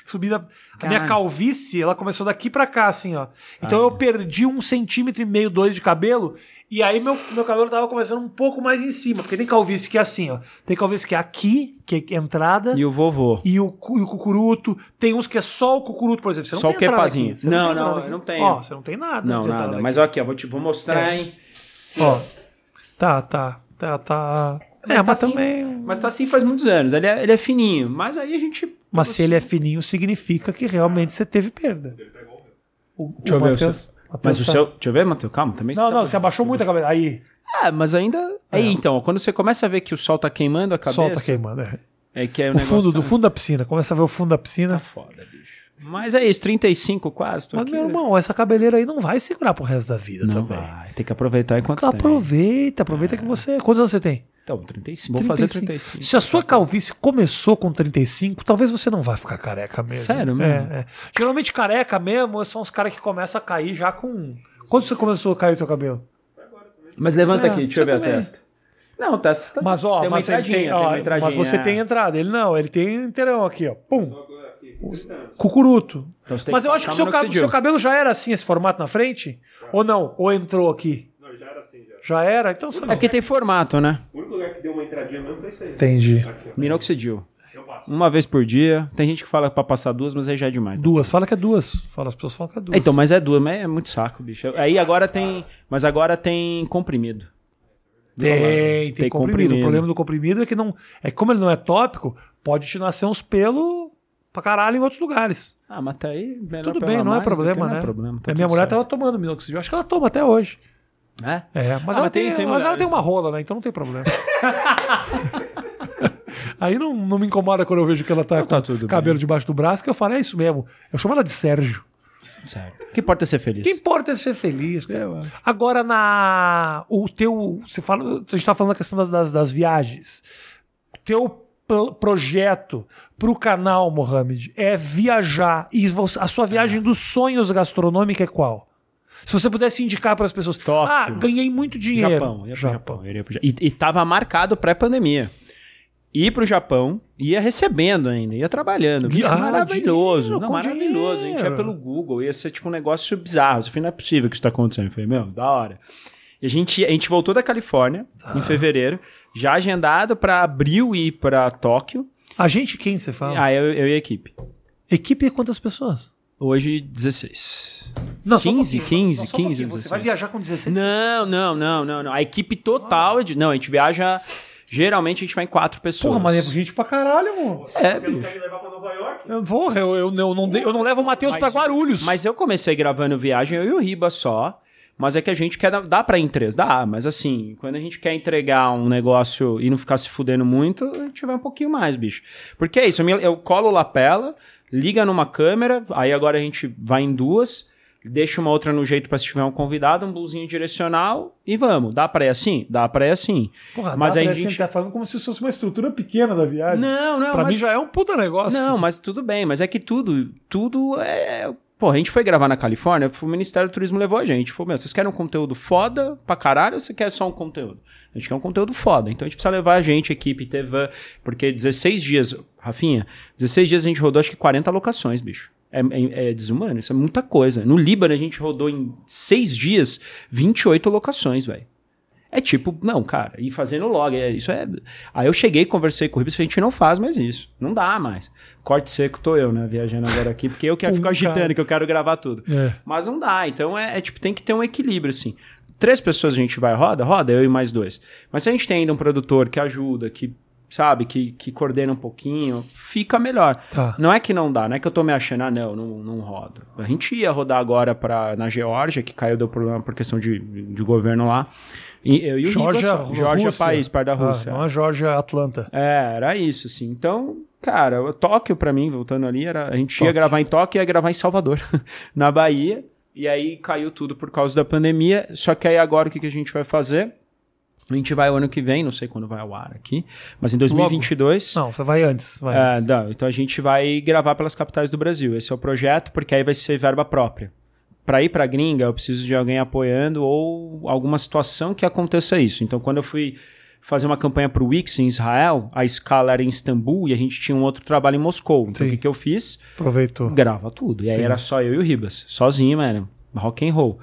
Speaker 1: Subida. A minha
Speaker 2: Caralho.
Speaker 1: calvície, ela começou daqui pra cá, assim, ó. Então eu perdi um centímetro e meio, dois de cabelo. E aí meu, meu cabelo tava começando um pouco mais em cima. Porque tem calvície que é assim, ó. Tem calvície que é aqui, que é entrada.
Speaker 2: E o vovô?
Speaker 1: E o, cu- e o cucuruto. Tem uns que é só o cucuruto, por exemplo. Você não
Speaker 2: Só
Speaker 1: tem
Speaker 2: o
Speaker 1: entrada
Speaker 2: quepazinho.
Speaker 1: aqui, você tem
Speaker 2: Não,
Speaker 1: entrada
Speaker 2: não,
Speaker 1: aqui.
Speaker 2: eu não tenho.
Speaker 1: Ó, você não tem nada.
Speaker 2: Não,
Speaker 1: de entrada
Speaker 2: nada.
Speaker 1: aqui. É.
Speaker 2: Mas aqui, ó, vou, te, vou mostrar, hein?
Speaker 1: Ó. Tá, tá. Tá, tá. é, mas
Speaker 2: tá assim-
Speaker 1: também.
Speaker 2: Mas tá assim faz muitos anos. Ele é, ele é fininho. Mas aí a gente.
Speaker 1: Mas se ele é fininho, significa que realmente você teve perda. O,
Speaker 2: Deixa eu ver o
Speaker 1: Matheus-
Speaker 2: seu.
Speaker 1: Matheus
Speaker 2: Mas o
Speaker 1: tá-
Speaker 2: seu. Deixa eu ver, Matheus. Calma, também
Speaker 1: Não, não,
Speaker 2: tá-
Speaker 1: você abaixou muito a cabeça. Aí,
Speaker 2: É, mas ainda. Aí então, ó, quando você começa a ver que o sol tá queimando a cabeça.
Speaker 1: sol tá queimando. É.
Speaker 2: É que é o
Speaker 1: O
Speaker 2: negócio
Speaker 1: fundo,
Speaker 2: tá-
Speaker 1: do fundo da piscina. Começa a ver o fundo da piscina.
Speaker 2: Tá foda, bicho. Mas é isso, 35 quase. Tô
Speaker 1: mas,
Speaker 2: aqui. né?
Speaker 1: meu tá irmão, essa cabeleira aí não vai segurar pro resto da vida
Speaker 2: Não
Speaker 1: também.
Speaker 2: vai. Tem que aproveitar enquanto
Speaker 1: Então,
Speaker 2: tem. É.
Speaker 1: aproveita, aproveita que você. Quantos anos você tem?
Speaker 2: Então, 35. Vou fazer 35.
Speaker 1: Se a sua calvície começou com 35, talvez você não vai ficar careca mesmo.
Speaker 2: Sério mesmo?
Speaker 1: É, é. Geralmente careca mesmo são os caras que começam a cair já com. Quando você começou a cair seu cabelo?
Speaker 2: Mas levanta
Speaker 1: É,
Speaker 2: aqui, deixa eu
Speaker 1: você
Speaker 2: ver a
Speaker 1: também.
Speaker 2: testa. Não, o testa tá.
Speaker 1: Mas ó,
Speaker 2: tem uma
Speaker 1: mas, ele
Speaker 2: entradinha,
Speaker 1: tem, ó,
Speaker 2: tem uma entradinha.
Speaker 1: mas
Speaker 2: é.
Speaker 1: você tem entrada. Ele não, ele tem inteirão aqui, ó. Pum. Cucuruto.
Speaker 2: Então você tem
Speaker 1: mas
Speaker 2: que
Speaker 1: eu acho que
Speaker 2: passar
Speaker 1: seu, cab
Speaker 2: minoxidil.
Speaker 1: seu cabelo já era assim, esse formato na frente? Ou não? Ou entrou aqui? Não, já era assim. Já, era? Então você não.
Speaker 2: É porque tem formato, né?
Speaker 3: O único lugar que deu uma entradinha mesmo foi isso aí.
Speaker 1: Entendi.
Speaker 2: Minoxidil. Uma vez por dia. Tem gente que fala pra passar duas, mas aí já é demais. né?
Speaker 1: Duas, fala que é duas. Fala, as pessoas falam que é duas.
Speaker 2: Então, mas é duas, mas é muito saco, bicho. Aí agora tem. Mas agora tem comprimido.
Speaker 1: Tem, tem,
Speaker 2: Tem
Speaker 1: comprimido. O problema do comprimido é que não. É que como ele não é tópico, pode te nascer uns pelos pra caralho em outros lugares.
Speaker 2: Ah, mas tá aí. melhor
Speaker 1: Tudo
Speaker 2: pela
Speaker 1: bem, não é
Speaker 2: mais do que
Speaker 1: problema,
Speaker 2: não
Speaker 1: né?
Speaker 2: É problema, tá
Speaker 1: a minha
Speaker 2: tudo
Speaker 1: mulher
Speaker 2: certo.
Speaker 1: tava tomando minoxidil. Acho que ela toma até hoje.
Speaker 2: É?
Speaker 1: É, mas,
Speaker 2: mas
Speaker 1: ela,
Speaker 2: tem-
Speaker 1: tem,
Speaker 2: tem
Speaker 1: mas ela
Speaker 2: mulheres.
Speaker 1: tem uma rola, né? Então não tem problema. Aí não, não me incomoda quando eu vejo que ela tá
Speaker 2: tá
Speaker 1: com
Speaker 2: tudo
Speaker 1: o cabelo debaixo do braço, que eu falo, é isso mesmo. Eu chamo ela de Sérgio.
Speaker 2: Certo. O que importa é ser feliz.
Speaker 1: O que importa é ser feliz. cara. Agora, na. O teu. Você fala, a gente tá falando da questão das, das, das viagens. O teu pl- projeto pro canal, Mohamed, é viajar. E você- a sua
Speaker 2: É.
Speaker 1: viagem dos sonhos gastronômica é qual? Se você pudesse indicar para as pessoas.
Speaker 2: Tóquio.
Speaker 1: Ah, ganhei muito dinheiro.
Speaker 2: Japão, ia pro Japão. eu iria pro Ja- E, e tava marcado pré-pandemia. Ir pro Japão, ia recebendo ainda, ia trabalhando. Bicho,
Speaker 1: Ah,
Speaker 2: maravilhoso,
Speaker 1: dinheiro,
Speaker 2: não,
Speaker 1: com
Speaker 2: maravilhoso. A gente ia
Speaker 1: dinheiro.
Speaker 2: pelo Google, ia ser tipo um negócio bizarro. Eu falei, não é possível que isso tá acontecendo. Eu falei, meu, da hora. E a gente, a gente voltou da Califórnia
Speaker 1: Tá.
Speaker 2: em fevereiro, já agendado pra abril ir pra Tóquio.
Speaker 1: A gente quem você fala?
Speaker 2: Ah, eu, eu e a equipe.
Speaker 1: Equipe é quantas pessoas?
Speaker 2: Hoje, 16.
Speaker 1: Não,
Speaker 2: só um 15, pouquinho, 15, só um pouquinho. 15,
Speaker 1: Você vai
Speaker 2: 16.
Speaker 1: viajar com 16?
Speaker 2: Não, não, não, não, não. A equipe total é de. Não, a gente viaja. Geralmente a gente vai em quatro pessoas.
Speaker 1: Ah. Porra, mas é gente pra caralho, amor.
Speaker 2: É,
Speaker 3: Porque não
Speaker 2: bicho.
Speaker 3: quer me levar pra Nova York? né?
Speaker 1: Eu- Porra, eu, eu, não- eu não, dei- eu não levo o Matheus pra Guarulhos.
Speaker 2: Mas eu comecei gravando viagem, eu e o Riba só. Mas é que a gente quer. dar- Dá pra ir em três, dá, mas assim, quando a gente quer entregar um negócio e não ficar se fudendo muito, a gente vai um pouquinho mais, bicho. Porque é isso, eu, me- eu colo lapela, liga numa câmera, aí agora a gente vai em duas, deixa uma outra no jeito pra se tiver um convidado, um blusinho direcional e vamos. Dá pra ir assim? Dá pra ir assim.
Speaker 1: Porra,
Speaker 2: Mas
Speaker 1: dá
Speaker 2: aí
Speaker 1: pra
Speaker 2: a gente-
Speaker 1: tá falando como se isso fosse uma estrutura pequena da viagem.
Speaker 2: Não, não,
Speaker 1: pra
Speaker 2: mas-
Speaker 1: mim já é um puta negócio.
Speaker 2: não, mas tudo bem, mas é que tudo, tudo é. Pô, a gente foi gravar na Califórnia, o Ministério do Turismo levou a gente. Falou, meu, vocês querem um conteúdo foda pra caralho ou você quer só um conteúdo? A gente quer um conteúdo foda. Então a gente precisa levar a gente, equipe, TV, porque 16 dias, Rafinha, 16 dias a gente rodou acho que 40 locações, bicho. É, é- é desumano, isso é muita coisa. No Líbano a gente rodou em 6 dias 28 locações, velho. É tipo, não, cara, e fazendo log, é- isso é. Aí eu cheguei, conversei com o Ribas, falei, a gente não faz mais isso. Não dá mais. Corte seco tô eu, né, viajando agora aqui, porque eu quero
Speaker 1: Um
Speaker 2: ficar agitando,
Speaker 1: cara.
Speaker 2: que eu quero gravar tudo.
Speaker 1: É.
Speaker 2: Mas não dá, então é, é tipo, tem que ter um equilíbrio, assim. Três pessoas a gente vai, roda, roda, eu e mais dois. Mas se a gente tem ainda um produtor que ajuda, que, sabe, que, que coordena um pouquinho, fica melhor.
Speaker 1: Tá.
Speaker 2: Não é que não dá, não é que eu tô me achando, ah, não, não, não rodo. A gente ia rodar agora pra, na Geórgia, que caiu, deu problema por questão de, de governo lá. E, eu e o
Speaker 1: Georgia,
Speaker 2: Ribas- Geórgia
Speaker 1: Rússia.
Speaker 2: país, perto da
Speaker 1: Ah,
Speaker 2: Rússia.
Speaker 1: não é Georgia, Atlanta.
Speaker 2: É, era isso, assim. Então, cara, o Tóquio pra mim, voltando ali, era, a gente ia
Speaker 1: Tóquio.
Speaker 2: gravar em Tóquio e ia gravar em Salvador, na Bahia. E aí caiu tudo por causa da pandemia. Só que aí agora o que, que a gente vai fazer? A gente vai o ano que vem, não sei quando vai ao ar aqui, mas em 2022.
Speaker 1: Não, você vai antes. Vai
Speaker 2: É,
Speaker 1: antes.
Speaker 2: não, então a gente vai gravar pelas capitais do Brasil. Esse é o projeto, porque aí vai ser verba própria. Para ir para gringa, eu preciso de alguém apoiando ou alguma situação que aconteça isso. Então, quando eu fui fazer uma campanha para o Wix em Israel, a escala era em Istambul e a gente tinha um outro trabalho em Moscou. Então,
Speaker 1: Sim.
Speaker 2: o que, que eu fiz?
Speaker 1: Aproveitou.
Speaker 2: Grava tudo. E aí era só eu e o Ribas, sozinho, mano. Rock and roll.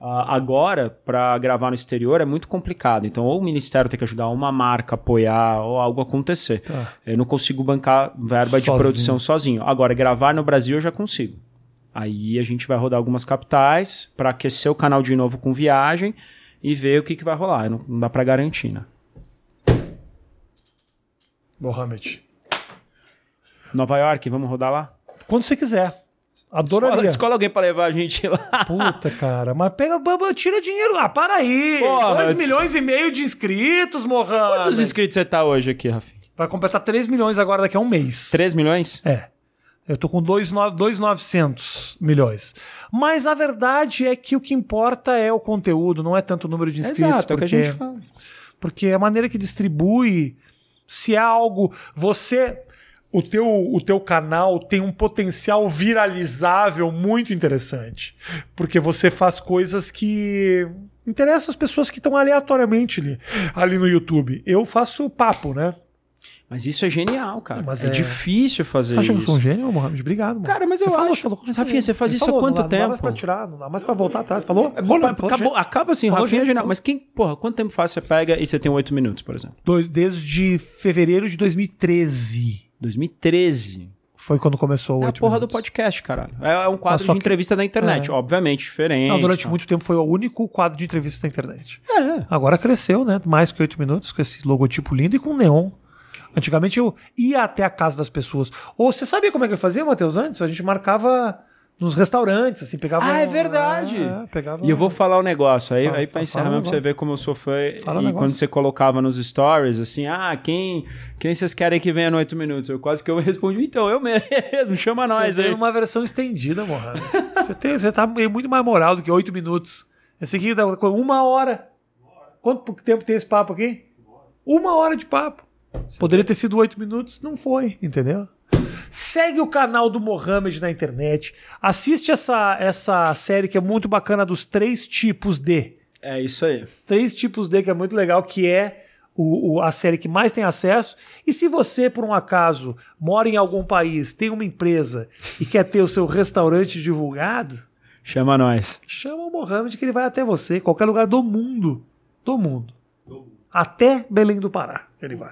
Speaker 2: Ah, agora, pra gravar no exterior é muito complicado. Então, ou o ministério tem que ajudar uma marca, a apoiar, ou algo acontecer.
Speaker 1: Tá.
Speaker 2: Eu não consigo bancar verba
Speaker 1: Sozinho.
Speaker 2: de produção sozinho. Agora, gravar no Brasil eu já consigo. Aí a gente vai rodar algumas capitais pra aquecer o canal de novo com viagem e ver o que, que vai rolar. Não, não dá pra garantir, né?
Speaker 1: Mohamed.
Speaker 2: Nova York, vamos rodar lá?
Speaker 1: Quando você quiser. Adoraria.
Speaker 2: Escola, escola alguém pra levar a gente lá.
Speaker 1: Puta, cara. Mas pega, baba, tira dinheiro lá. Para aí.
Speaker 2: Porra,
Speaker 1: 2
Speaker 2: des-
Speaker 1: milhões e meio de inscritos,
Speaker 2: Quantos
Speaker 1: Mohamed.
Speaker 2: inscritos você tá hoje aqui, Rafinha?
Speaker 1: Vai completar 3 milhões agora daqui a um mês.
Speaker 2: 3 milhões?
Speaker 1: É. Eu tô com 2,900 milhões. Mas a verdade é que o que importa é o conteúdo, não é tanto o número de inscritos.
Speaker 2: Exato, é o que
Speaker 1: porque,
Speaker 2: a gente fala.
Speaker 1: porque é a maneira que distribui, se há algo. Você. O teu, o teu canal tem um potencial viralizável muito interessante. Porque você faz coisas que interessam as pessoas que estão aleatoriamente ali, ali no YouTube. Eu faço papo, né?
Speaker 2: Mas isso é genial, cara.
Speaker 1: Mas
Speaker 2: é,
Speaker 1: é-
Speaker 2: difícil fazer
Speaker 1: Você acha que eu
Speaker 2: isso.
Speaker 1: sou um gênio, Mohamed? Obrigado. mano.
Speaker 2: Cara, mas eu acho-
Speaker 1: que eu
Speaker 2: Mas,
Speaker 1: sou
Speaker 2: Rafinha,
Speaker 1: gênio.
Speaker 2: você faz
Speaker 1: Ele
Speaker 2: isso há
Speaker 1: falou, não dá-
Speaker 2: quanto
Speaker 1: Não dá mais
Speaker 2: tempo?
Speaker 1: pra tirar, não dá mais pra voltar atrás. Falou? É
Speaker 2: Bom, acabou, acaba assim,
Speaker 1: Falou
Speaker 2: Rafinha é
Speaker 1: gênio.
Speaker 2: genial. Mas quem, porra, quanto tempo faz você pega e você tem 8 minutos, por exemplo?
Speaker 1: Dois, desde fevereiro de 2013
Speaker 2: 2013.
Speaker 1: foi quando começou o
Speaker 2: É a
Speaker 1: Oito
Speaker 2: porra
Speaker 1: Minutos.
Speaker 2: do podcast, caralho. É é um
Speaker 1: Mas
Speaker 2: quadro
Speaker 1: só
Speaker 2: de
Speaker 1: que-
Speaker 2: entrevista da internet,
Speaker 1: É.
Speaker 2: obviamente, diferente.
Speaker 1: Não, durante
Speaker 2: tá.
Speaker 1: muito tempo foi o único quadro de entrevista da internet.
Speaker 2: É, é.
Speaker 1: Agora cresceu, né? Mais que oito minutos, com esse logotipo lindo e com neon. Antigamente eu ia até a casa das pessoas. Ou você sabia como é que eu fazia, Matheus, antes? A gente marcava nos restaurantes, assim, pegava.
Speaker 2: Ah, é
Speaker 1: um-
Speaker 2: verdade.
Speaker 1: É, pegava
Speaker 2: E eu vou falar um negócio, aí,
Speaker 1: Fala,
Speaker 2: aí pra
Speaker 1: fala,
Speaker 2: encerrar
Speaker 1: fala,
Speaker 2: mesmo pra você
Speaker 1: vai.
Speaker 2: ver como eu sou fã.
Speaker 1: Fala o
Speaker 2: e
Speaker 1: negócio.
Speaker 2: quando você colocava nos stories, assim, ah, quem, quem vocês querem que venha no 8 minutos? Eu quase que eu respondi, então, eu mesmo, chama nós
Speaker 1: você
Speaker 2: aí.
Speaker 1: tem uma versão estendida, Mohamed. você, tem, você tá em muito mais moral do que oito minutos. Esse aqui dá uma hora. Quanto tempo tem esse papo aqui? Uma hora de papo. Poderia ter sido oito minutos, não foi, entendeu? Segue o canal do Mohamed na internet. Assiste essa, essa série que é muito bacana dos três tipos de
Speaker 2: É isso aí.
Speaker 1: três tipos D que é muito legal, que é o, o- a série que mais tem acesso. E se você, por um acaso, mora em algum país, tem uma empresa e quer ter o seu restaurante divulgado,
Speaker 2: Chama nós.
Speaker 1: chama o Mohamed que ele vai até você, qualquer lugar do mundo. Do mundo. Até Belém do Pará ele vai.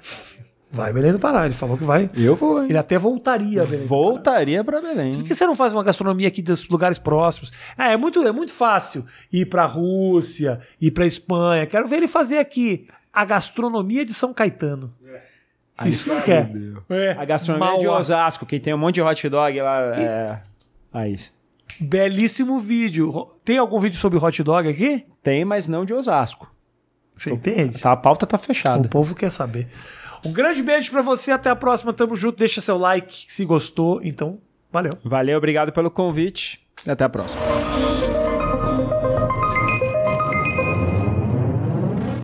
Speaker 1: Vai Belém do Pará, ele falou que vai.
Speaker 2: Eu vou, hein?
Speaker 1: Ele até voltaria a Belém do Pará.
Speaker 2: Voltaria pra Belém.
Speaker 1: Por que você não faz uma gastronomia aqui dos lugares próximos? Ah, é muito, é muito fácil ir pra Rússia, ir pra Espanha. Quero ver ele fazer aqui a gastronomia de São Caetano. Isso que quer.
Speaker 2: fudeu.
Speaker 1: É,
Speaker 2: A gastronomia de
Speaker 1: Mauá.
Speaker 2: Osasco, que tem um monte de hot dog lá. É... Aí.
Speaker 1: Belíssimo vídeo. Tem algum vídeo sobre hot dog aqui?
Speaker 2: Tem, mas não de Osasco.
Speaker 1: Você entende?
Speaker 2: Tá, a pauta tá
Speaker 1: O
Speaker 2: fechada.
Speaker 1: povo quer saber. Um grande beijo pra você, até a próxima, tamo junto, deixa seu like se gostou, então, valeu.
Speaker 2: Valeu, obrigado pelo convite. Até a próxima.